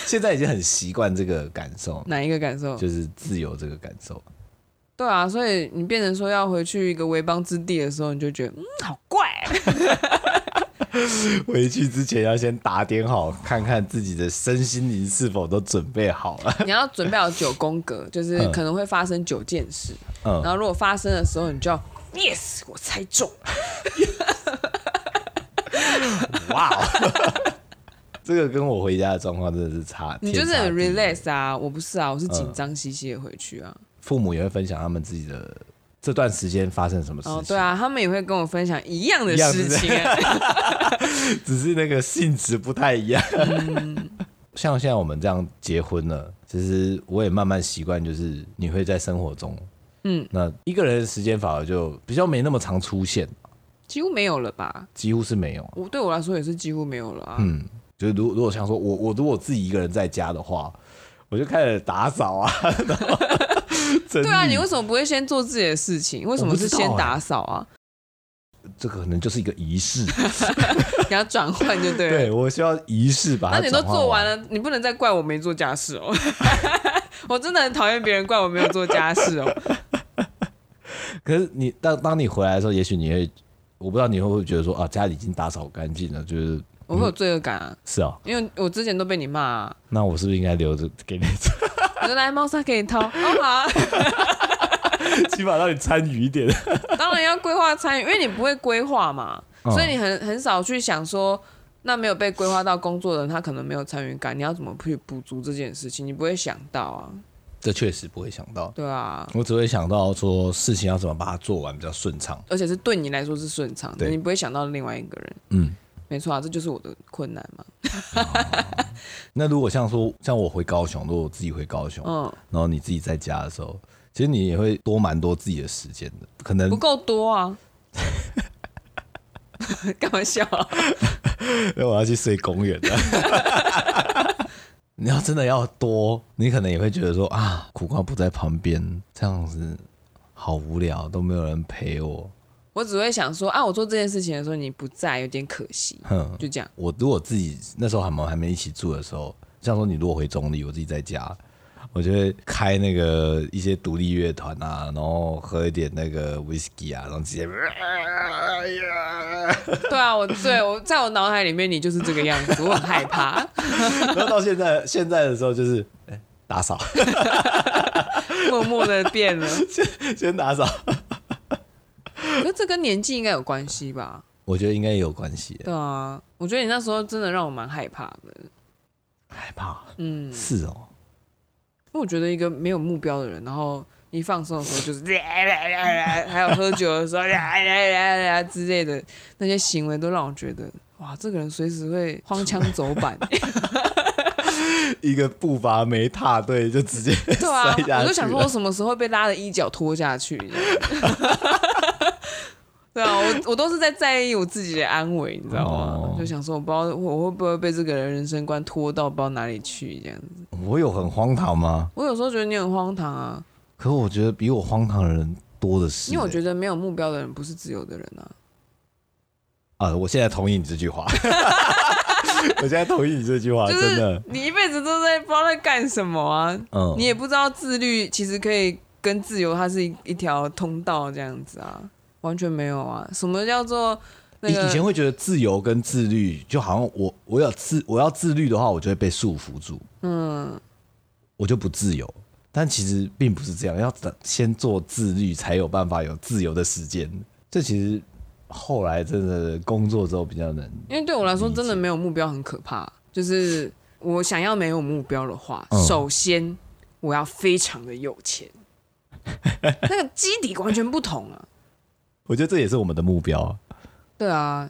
B: 现在已经很习惯这个感受，
A: 哪一个感受？
B: 就是自由这个感受。
A: 对啊，所以你变成说要回去一个为邦之地的时候，你就觉得嗯，好怪、 (laughs)
B: 回去之前要先打点好，看看自己的身心灵是否都准备好
A: (laughs)
B: 了。
A: 你要准备好九宫格，就是
B: 嗯
A: 可能会发生九件事，然
B: 嗯，
A: 后如果发生的时候，你就要 yes，我猜中了，
B: 哇哦，这个跟我回家的状况真的是差。
A: 你就是
B: 天差
A: 很
B: 地嗯别
A: relax 啊，我不是啊，我是紧张兮兮的回去啊。
B: 父母也会分享他们自己的这段时间发生什么事情。
A: 哦，对，啊，他们也会跟我分享一样的
B: 一样
A: 事
B: 是
A: 情、啊。 (laughs)
B: 只是那个性质不太一样。 (laughs)
A: 嗯
B: 像现在我们这样结婚了，其实我也慢慢习惯，就是你会在生活中，嗯，那一个人的时间反而就比较没那么常出现，
A: 几乎没有了吧？
B: 几乎是没有啊。
A: 我对我来说也是几乎没有了啊。
B: 嗯，就是如如果像说我我如果自己一个人在家的话，我就开始打扫啊， (laughs) 然后整理
A: 对啊，你为什么不会先做自己的事情？为什么是先
B: 欸
A: 打扫啊？ (laughs)
B: 这个可能就是一个仪 (laughs) 式，
A: 给它转换就对了。
B: 对我需要仪式把它
A: 那你都
B: 转化
A: 做完，了，你不能再怪我没做家事哦。 (laughs) 我真的很讨厌别人怪我没有做家事哦。
B: 可是你当当你回来的时候，也许你会，我不知道你会不会觉得说啊，家里已经打扫干净了，就是
A: 我会有罪恶感啊，
B: 是啊，
A: 因为我之前都被你骂、啊。
B: 那我是不是应该留着 (laughs) 给你做，
A: 我说来猫砂给你掏，哦好 (laughs) 啊，
B: 起码让你参与一点？
A: 当然要规划参与，因为你不会规划嘛，
B: 嗯
A: 所以你很很少去想说，那没有被规划到工作的人，他可能没有参与感，你要怎么去补足这件事情，你不会想到啊。
B: 这确实不会想到，
A: 对啊，
B: 我只会想到说事情要怎么把它做完比较顺畅。
A: 而且是对你来说是顺畅的，
B: 对
A: 你不会想到另外一个人。
B: 嗯，
A: 没错啊，这就是我的困难嘛。
B: 那如果像说像我回高雄，如果我自己回高雄，
A: 嗯，
B: 然后你自己在家的时候，其实你也会多蛮多自己的时间的，可能
A: 不够多啊。 (laughs) 干嘛笑啊、
B: 因 (laughs) 为我要去睡公园了。 (laughs) 你要真的要多，你可能也会觉得说啊，苦瓜不在旁边，这样子好无聊，都没有人陪我。
A: 我只会想说啊，我做这件事情的时候你不在，有点可惜，
B: 哼，
A: 就这样。
B: 我如果自己那时候还没还没一起住的时候，像说你如果回中立，我自己在家，我就会开那个一些独立乐团啊，然后喝一点那个 whisky 啊，然后直接，
A: 对啊，我对我在我脑海里面你就是这个样子，我很害怕。
B: (laughs)
A: (laughs)
B: 然后到现在现在的时候就是，哎打扫， (laughs)
A: 默默的变了。
B: 先打扫，
A: 可是这跟年纪应该有关系吧？
B: 我觉得应该也有关系，
A: 对啊，我觉得你那时候真的让我蛮害怕的。
B: 害怕，
A: 嗯，因
B: 是哦。
A: 为我觉得一个没有目标的人，然后一放松的时候就是， (laughs) 还有喝酒的时候 (laughs) 之类的那些行为，都让我觉得哇，这个人随时会荒腔走
B: (laughs)
A: 板。
B: 一个步伐没踏对就直接
A: 对啊
B: (laughs) 摔下去、，
A: 我就想说，我，什么时候会被拉着衣角拖下去？ (laughs) 这样对啊，我我都是在在意我自己的安危，你知道吗？
B: 哦
A: 就想说，我不知道我我会不会被这个人人生观拖到不知道哪里去这样子。
B: 我有很荒唐吗？
A: 我有时候觉得你很荒唐啊，
B: 可我觉得比我荒唐的人多的是欸、
A: 因为我觉得没有目标的人不是自由的人啊。
B: 啊，我现在同意你这句话， (laughs) 我现在同意你这句话，
A: 就
B: 啊真
A: 是
B: 的，
A: 你一辈子都在不知道在干什么啊，
B: 嗯，
A: 你也不知道自律其实可以跟自由它是一一条通道这样子啊，完全没有啊。什么叫做那
B: 以
A: 个？
B: 以前会觉得自由跟自律，就好像我我要自我要自律的话，我就会被束缚住，嗯，我就不自由。但其实并不是这样，要等先做自律，才有办法有自由的时间。这其实后来真的工作之后比较能
A: 因为对我来说，
B: 理解
A: 真的没有目标很可怕。就是我想要没有目标的话，
B: 嗯
A: 首先我要非常的有
B: (laughs)
A: 钱，那个基底完全不同啊。
B: 我觉得这也是我们的目标啊。
A: 对啊，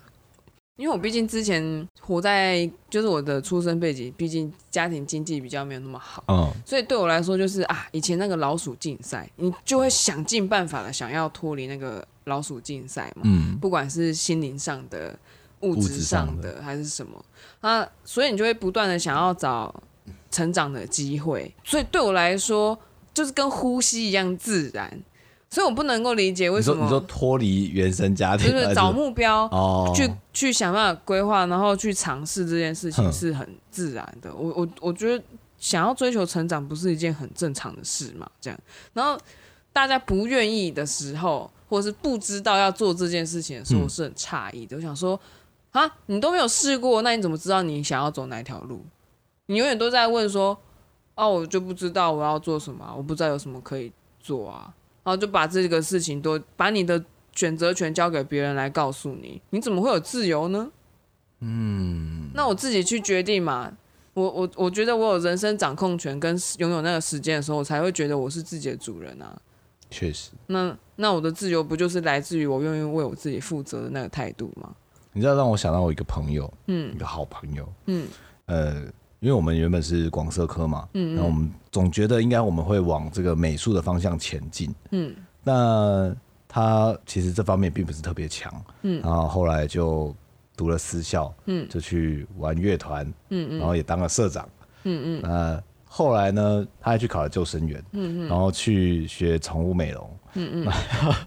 A: 因为我毕竟之前活在就是我的出生背景，毕竟家庭经济比较没有那么好，
B: 嗯，
A: 所以对我来说就是啊，以前那个老鼠竞赛，你就会想尽办法的想要脱离那个老鼠竞赛嘛。
B: 嗯，
A: 不管是心灵上的、物
B: 物
A: 质
B: 质
A: 上
B: 上
A: 的还是什么啊，所以你就会不断的想要找成长的机会。所以对我来说，就是跟呼吸一样自然，所以我不能够理解为
B: 你
A: 什
B: 说你说
A: 么
B: 脱离原生家
A: 就
B: 庭，还
A: 是
B: 是
A: 找目标。
B: 哦，
A: 去去想办法规划，然后去尝试这件事情
B: 哼
A: 是很自然的。我我我觉得想要追求成长不是一件很正常的事嘛？这样，然后大家不愿意的时候，或者是不知道要做这件事情的时候，
B: 嗯
A: 我是很诧异的。我想说，啊，你都没有试过，那你怎么知道你想要走哪一条路？你永远都在问说，哦，我就不知道我要做什么啊、我不知道有什么可以做啊，然后就把这个事情都把你的选择权交给别人来告诉你，你怎么会有自由呢？嗯，那我自己去决定嘛。我我我觉得我有人生掌控权跟拥有那个时间的时候，我才会觉得我是自己的主人啊。
B: 确实，
A: 那那我的自由不就是来自于我愿意为我自己负责的那个态度吗？
B: 你知道让我想到我一个朋友，
A: 嗯
B: 一个好朋友，
A: 嗯
B: 呃，因为我们原本是广社科嘛，嗯，然后我们总觉得应该我们会往这个美术的方向前进，
A: 嗯，
B: 那他其实这方面并不是特别强，
A: 嗯
B: 然后后来就读了私校，
A: 嗯
B: 就去玩乐团，
A: 嗯
B: 然后也当了社长，
A: 嗯嗯
B: 那后来呢，他还去考了救生员，
A: 嗯
B: 然后去学宠物美容，
A: 嗯嗯
B: (laughs)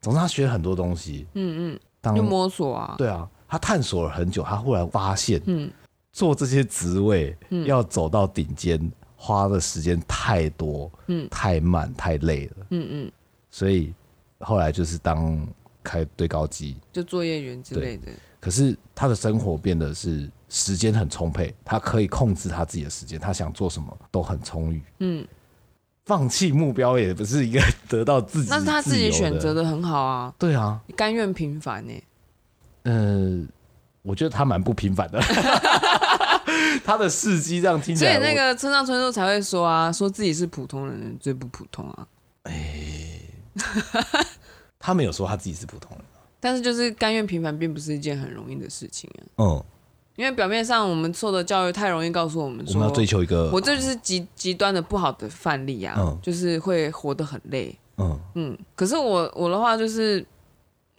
B: 总之他学了很多东西。
A: 嗯
B: 当
A: 嗯，就摸索啊。
B: 对啊，他探索了很久，他忽然发现
A: 嗯
B: 做这些职位、
A: 嗯
B: 要走到顶尖，花的时间太多，
A: 嗯
B: 太慢，太累了，
A: 嗯嗯，
B: 所以后来就是当开堆高机。
A: 就作业员之类的。
B: 可是他的生活变得是时间很充沛，他可以控制他自己的时间，他想做什么都很充裕。
A: 嗯，
B: 放弃目标也不是一个得到自己
A: 那是他自己
B: 由
A: 选择
B: 的。
A: 的很好啊，
B: 对啊，呃
A: 甘愿平凡呢、 (laughs)
B: 嗯，我觉得他蛮不平凡的。他的事迹这样听起
A: 所
B: 来
A: 以
B: 我，
A: 那个村上春树才会说啊，说自己是普通人最不普通啊。
B: 他没有说他自己是普通人，
A: 但是就是甘愿平凡，并不是一件很容易的事情啊。
B: 嗯，
A: 因为表面上我们受的教育太容易告诉我们
B: 我
A: 说，
B: 们要追求一个
A: 我，这就是极极端的不好的范例啊，
B: 嗯
A: 就是会活得很累。
B: 嗯
A: 嗯，可是我我的话就是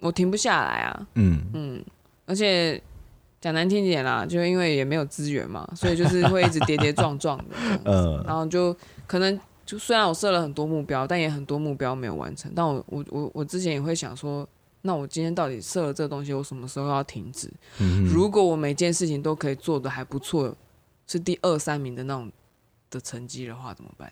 A: 我停不下来啊，
B: 嗯，
A: 而且讲难听一点啦，就因为也没有资源嘛，所以就是会一直跌跌撞撞的
B: (laughs)
A: 这样子，
B: 呃
A: 然后就可能就虽然我设了很多目标，但也很多目标没有完成。但我我我我之前也会想说，那我今天到底设了这个东西，我什么时候要停止？
B: 嗯
A: 如果我每件事情都可以做的还不错，是第二三名的那种的成绩的话，怎么办？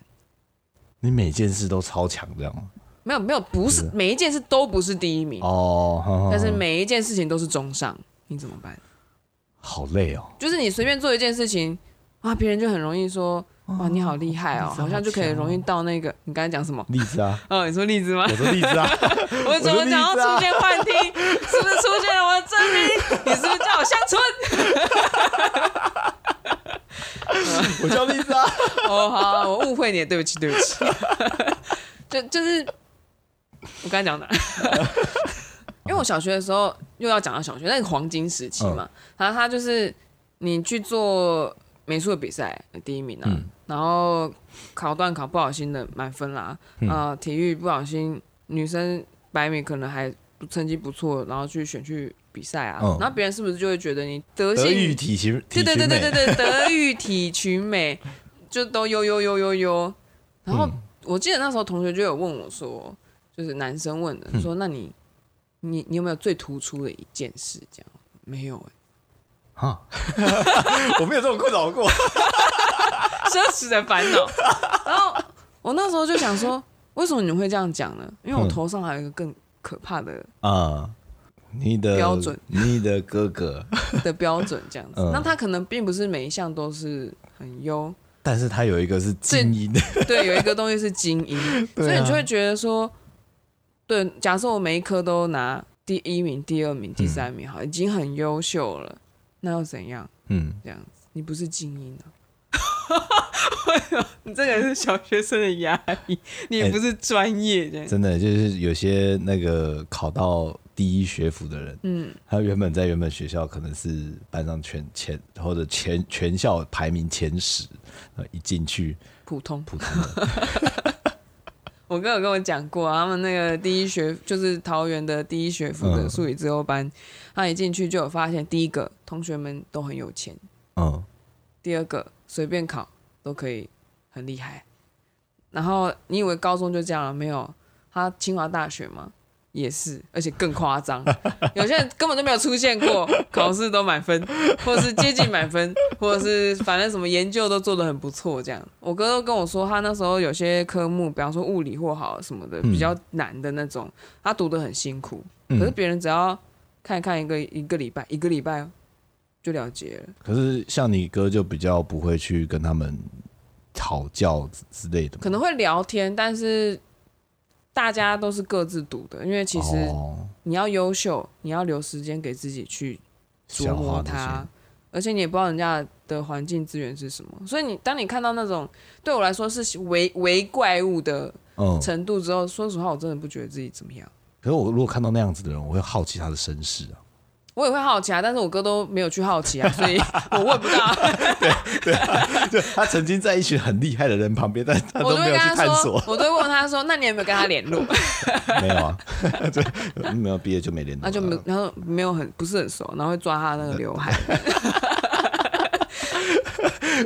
B: 你每件事都超强这样吗
A: 没有没有，不是每一件事都不是第一名，
B: 哦，哼哼
A: 但是每一件事情都是中上，你怎么办？
B: 好累哦，
A: 就是你随便做一件事情啊，别人就很容易说哇你好厉害哦，
B: 你真的
A: 好像就可以
B: 好强哦
A: 容易到那个你刚才讲什么？
B: 例子啊，
A: (laughs) 哦，你说例子吗？
B: 我说例啊子啊，
A: 我怎么讲
B: (laughs) 我是
A: 要出现幻听？是不是出现了我的真名？你是不是叫我乡村？
B: 我叫例子啊，
A: 哦，好啊，我误会你了，对不起，对不起。 (laughs) 就就是我刚才
B: (laughs)
A: 讲的，因为我小学的时候又要讲到小学那个黄金时期
B: 嗯
A: 嘛，然后他就是你去做美术的比赛第一名啊，
B: 嗯
A: 然后考段考不小心的满分啦，啊、
B: 嗯
A: 体育不小心女生百米可能还成绩不错，然后去选去比赛啊，
B: 嗯
A: 然后别人是 (laughs) 不是就会觉得你德
B: 德
A: 性
B: 育体型，
A: 对
B: 体
A: 对对
B: 型
A: 对
B: 美
A: 对对，德育体群美就都悠悠悠悠悠。然后
B: 嗯
A: 我记得那时候同学就有问我说，就是男生问
B: 嗯
A: 的，说那你你你有没有最突出的一件事？这样没有哎、
B: 哈， (laughs) 我没有这么困
A: (laughs)
B: 扰过，
A: 奢侈的烦恼。然后我那时候就想说，为什么你们会这样讲呢？因为我
B: 嗯
A: 头上还有一个更可怕的
B: 啊，你的
A: 标准，
B: 你的哥哥，
A: 的标准，这样子。
B: 嗯
A: 那他可能并不是每一项都是很优，
B: 但是他有一个是精英的，
A: 对，有一个东西是精英，所
B: (laughs) 对啊
A: 以你就会觉得说，对，假设我每一科都拿第一名、第二名、
B: 嗯
A: 第三名，好，已经很优秀了，那又怎样？
B: 嗯，
A: 这样子，你不是精英啊！ (laughs) 你这个人是小学生的压抑，你也不是专业的。
B: 哎真的就是有些那个考到第一学府的人，
A: 嗯，
B: 他原本在原本学校可能是班上全前或者全全校排名前十，然后一进去
A: 普通。
B: 普通人，
A: 我哥有跟我讲过、啊，他们那个第一学就是桃园的第一学府的
B: 嗯
A: 数理之优班，他一进去就有发现，第一个同学们都很有钱，
B: 嗯，
A: 第二个随便考都可以很厉害。然后你以为高中就这样了？没有，他清华大学嘛也是，而且更夸张。 (laughs) 有些人根本就没有出现过，考试都满分，或者是接近满分，或者是反正什么研究都做得很不错。这样，我哥都跟我说，他那时候有些科目，比方说物理或好什么的，
B: 嗯
A: 比较难的那种，他读得很辛苦。
B: 嗯
A: 可是别人只要看一看一个一个礼拜，一个礼拜就了解了。
B: 可是像你哥就比较不会去跟他们讨教之之类的嘛，
A: 可能会聊天，但是大家都是各自读的，因为其实
B: 哦
A: 你要优秀，你要留时间给自己去琢
B: 消化
A: 磨
B: 那些
A: 它，而且你也不知道人家的环境资源是什么，所以你当你看到那种对我来说是为为怪物的
B: 嗯，
A: 程度之后，说实话，我真的不觉得自己怎么样。
B: 可是我如果看到那样子的人，我会好奇他的身世啊。 (laughs)
A: 我也会好奇啊，但是我哥都没有去好奇啊，所以我问不到。
B: (laughs) 他曾经在一群很厉害的人旁边，但他
A: 我
B: 都
A: 就会
B: 没有
A: 跟
B: 去
A: 他
B: 探
A: 说
B: 索，，
A: 我都会问他说：“那你有没有跟他联络？”
B: (laughs) 没有啊，就没有毕业就没联络
A: 那
B: 了，
A: 就没，然后没有很不是很熟，然后会抓他那个刘海，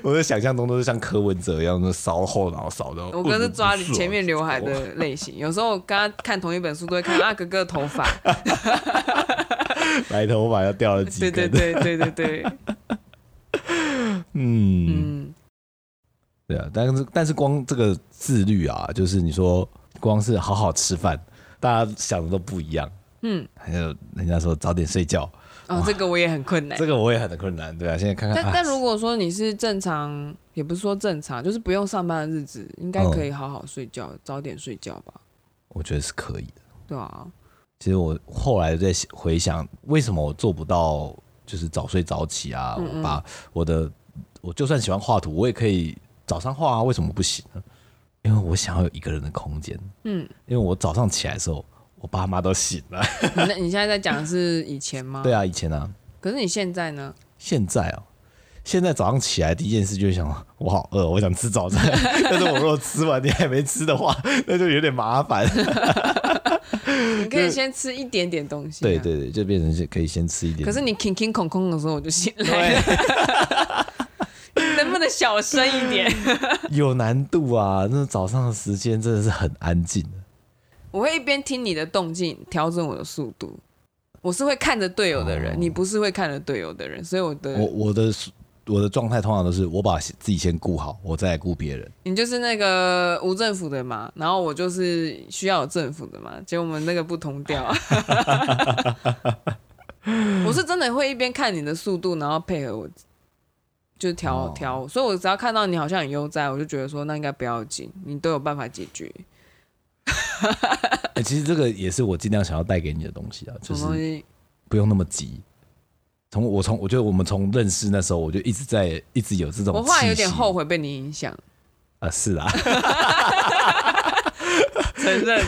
B: 我的想象中都是像柯文哲一样，那烧后脑勺 (laughs) 的。
A: 我哥是抓
B: 啊
A: 你前面刘海
B: (laughs)
A: 的类型，有时候我跟他看同一本书，都会看啊哥哥的头
B: (laughs)
A: 发，
B: 白头发要掉了几
A: 对
B: 根。
A: 对对对对对，
B: (laughs) 嗯，
A: 嗯，
B: 对啊，但是但是光这个自律啊，就是你说光是好好吃饭，大家想的都不一样。
A: 嗯，
B: 还有人家说早点睡觉，
A: 哦，这个我也很困难
B: 这。个我也很困难，对啊。现在看看，
A: 但
B: 啊
A: 但如果说你是正常，也不是说正常，就是不用上班的日子，应该可以好好睡
B: 嗯
A: 觉，早点睡觉吧，
B: 我觉得是可以的。
A: 对
B: (laughs)
A: 啊，
B: 其实我后来在想
A: 嗯
B: 回想，为什么我做不到就是早睡早起啊？我把我的我就算喜欢画图，我也可以早上画啊，为什么不行呢？因为我想要有一个人的空间。嗯，因为我早上起来的时候，我爸妈都醒了。
A: 你那你现在在讲的是以前吗？
B: (laughs) 对。啊，以前啊，
A: 可是你现在呢？
B: 现在哦，现在早上起来第一件事就是想，我好饿，我想吃
A: (laughs)
B: 早餐。但是我如果吃完你还没吃的话， (laughs) 那就有点麻
A: (laughs)
B: 烦。
A: 啊你可以先吃一点点东西、啊。
B: 对。对对，就变成是可以先吃一点。
A: 可是你 king king 空空的时候，我就醒来 (laughs) 了。
B: 对，
A: (laughs) 能不能小声一点？ (laughs)
B: 有难度啊！那早上的时间真的是很安静的。
A: 我会一边听你的动静，调整我的速度。我是会看着队友的人，
B: 哦
A: 你不是会看着队友的人，所以我的
B: 我我的我的状态通常都是我把自己先顾好，我再来顾
A: (laughs)
B: 别人。
A: 你就是那个无政府的嘛，然后我就是需要有政府的嘛，结果我们那个不同调。
B: (laughs)
A: 我是真的会一边看你的速度，然后配合我，就调
B: 哦
A: 调、所以我只要看到你好像很悠哉，我就觉得说那应该不要紧，你都有办法解决。
B: 欸其实这个也是我尽量想要带给你的东西啊，
A: 什
B: 就
A: 么东
B: 是
A: 西？
B: 不用那么急。从我从我觉得我们从认识那时候，我就一直在一直有这种。
A: 我后来有点后。悔被你影响，
B: 啊、
A: (laughs)
B: 是啦，
A: 承认。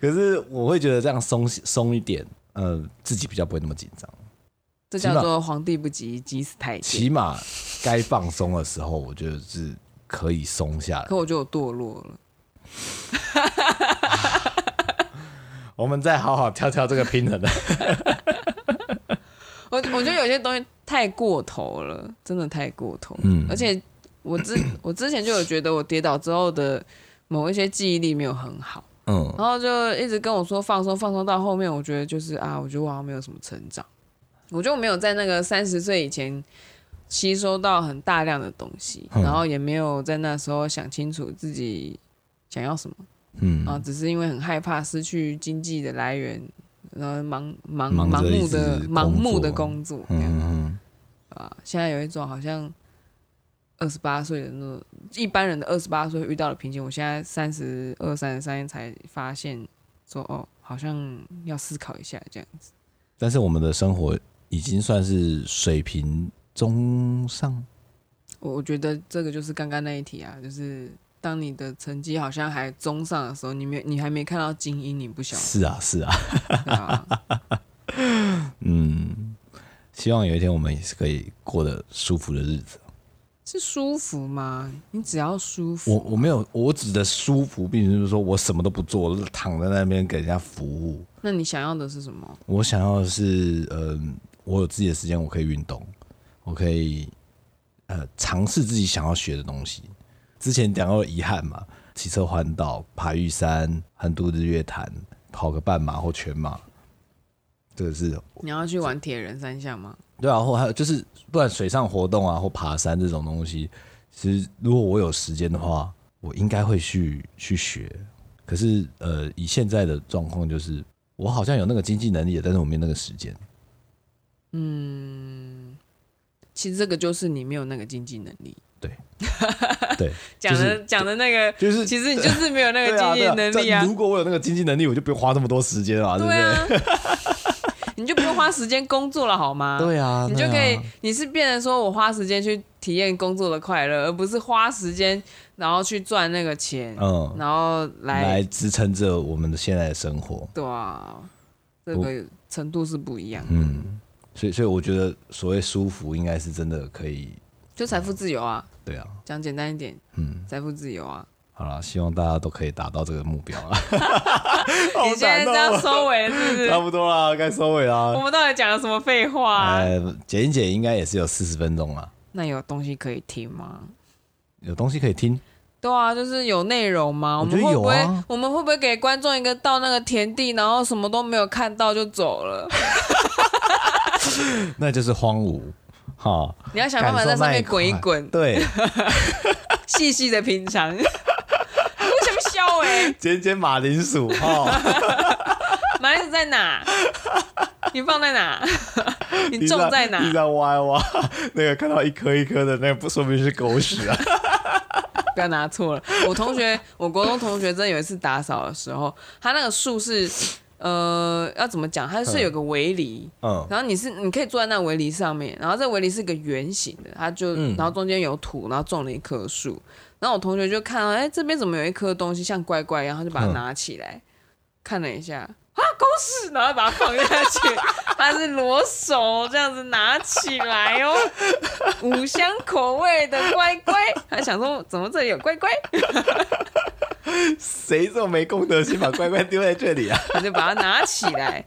B: 可是我会觉得这样松松一点，呃，自己比较不会那么紧张。 (laughs)
A: 这
B: 起码
A: 叫做皇帝不急急死太监。
B: 起码该放松的时候，我觉得是可以松下来
A: 可。我觉得我堕落了。
B: 我们再好好挑挑这个
A: (laughs)
B: 平衡的。啊
A: 我我觉得有些东西太过头了，真的太过头。
B: 嗯
A: 而且我之我之前就有觉得我跌倒之后的某一些记忆力没有很好，
B: 嗯，
A: 然后就一直跟我说放松放松，到后面我觉得就是啊，我觉得我好像没有什么成长，我就没有在那个三十岁以前吸收到很大量的东西，
B: 嗯
A: 然后也没有在那时候想清楚自己想要什么。
B: 嗯
A: 啊，只是因为很害怕失去经济的来源，然后盲盲
B: 忙着
A: 盲
B: 一
A: 目
B: 直
A: 的
B: 工
A: 盲目的
B: 作
A: 工作，
B: 嗯
A: 这样
B: 嗯
A: 啊，现在有一种好像二十八岁的那种一般人的二十八岁遇到的瓶颈，我现在三十二、三十三才发现说哦，好像要思考一下这样子。
B: 但是我们的生活已经算是水平中上，
A: 我我觉得这个就是刚刚那一题啊，就是当你的成绩好像还中上的时候，你没你还没看到精英，你不晓
B: 是啊是啊，
A: 得对啊。
B: 嗯，希望有一天我们也是可以过得舒服的日子。
A: (laughs) 是舒服吗？你只要舒服，
B: 我我没有，我指的舒服，并不是说我什么都不做，躺在那边给人家服务。
A: 那你想要的是什么？
B: 我想要的是，嗯、我有自己的时间，我可以运动，我可以呃尝试自己想要学的东西。之前讲到遗憾嘛，骑车环岛、爬玉山、横渡日月潭、跑个半马或全马，这个是
A: 你要去玩铁人三项吗？
B: 对啊，或还有就是，不然水上活动啊，或爬山这种东西，其实如果我有时间的话，我应该会去去学。可是呃，以现在的状况，就是我好像有那个经济能力了，但是我没有那个时间。
A: 其实这个就是你没有那个经济能力。 (laughs)
B: 对，
A: 讲
B: 就
A: 的
B: 是
A: 讲的那个，
B: 就是
A: 其实你就是没有那个经济能力啊
B: 对啊这如果我有那个经济能力，我就不用花这么多时间了嘛，对不
A: 对
B: 对？
A: 啊，你就不用花时间工作了好吗？
B: 对啊，
A: 你
B: 对
A: 就
B: 啊
A: 可以，你是变成说我花时间去体验工作的快乐，而不是花时间然后去赚那个钱，
B: 嗯，
A: 然后
B: 来
A: 来
B: 支撑着我们的现在的生活。
A: 对啊，这个程度是不一样的。
B: 嗯，所以所以我觉得所谓舒服，应该是真的可以，
A: 就财富自由啊，
B: 对啊，
A: 讲简单一点，
B: 嗯。
A: 财富自由啊。
B: 好了，希望大家都可以达到这个目标啊啦。
A: (laughs) 你现在这
B: 哦
A: 样收尾了是不是？
B: 啊差不多啦，该收
A: (laughs)
B: 尾
A: 我
B: 啦。
A: 们到底讲了什么废话啊、
B: 呃，剪一剪应该也是有四十分钟啦，
A: 那有东西可以听吗？
B: 有东西可以听。
A: 对啊，就是有内容吗？
B: 我
A: 我
B: 觉
A: 们
B: 得
A: 会不会、
B: 有啊
A: 我们会不会给观众一个到那个田地，然后什么都没有看到就走
B: (laughs)
A: 了？
B: 那就是荒芜，哈，
A: 你要想办法在上面滚一滚，
B: (laughs) 对，
A: 细细的品尝。 (laughs) 为什么笑哎、
B: 剪剪马铃薯，哈，
A: 马铃薯在
B: (laughs)
A: 哪？你放在哪？ (laughs) 你种在哪
B: 地？上挖一挖， (laughs) 那个看到一颗一颗的，那个不说明是狗屎啊。
A: 不要拿错了。我同学，我国中同学，真的有一次打扫的时候，他那个树是。呃，要怎么讲？它是有个围篱，
B: (laughs) 嗯
A: 然后你是你可以坐在那围篱上面，然后这围篱是个圆形的，它就
B: 嗯
A: 然后中间有土，然后种了一棵树。然后我同学就看到，哎，这边怎么有一颗东西像乖乖一样，他就把它
B: 嗯
A: 拿起来、看了一下，啊，狗屎！然后把它放下去，它是裸手这样子拿起来哦，五香口味的乖乖，他想说怎么这里有乖乖，
B: (laughs) 谁这么没公德心把乖乖丢在这里 (laughs) 啊？
A: 他就把它拿起来。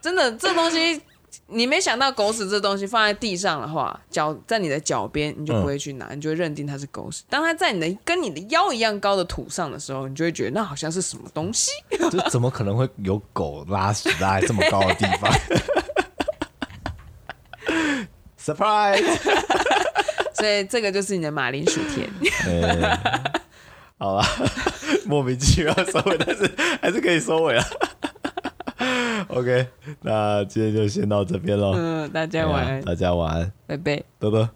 A: 真的，这东西你没想到狗屎这东西放在地上的话，脚在你的脚边，你就
B: 嗯
A: 不会去拿，你就会认定它是狗屎。当它在你的跟你的腰一样高的土上的时候，你就会觉得那好像是什么东西。
B: 就怎么可能会有狗拉屎拉在这么高的地方 (laughs) ？Surprise！
A: 所以这个就是你的马铃薯田。
B: (laughs) 哎 (laughs) 好吧，莫名其妙收尾，但 (laughs) 是还是可以收尾了。OK，那今天就先到这边喽。
A: 嗯，大家晚
B: 哎
A: 嗯
B: 呀
A: 安，
B: 大家晚安，
A: 拜拜。
B: 多多。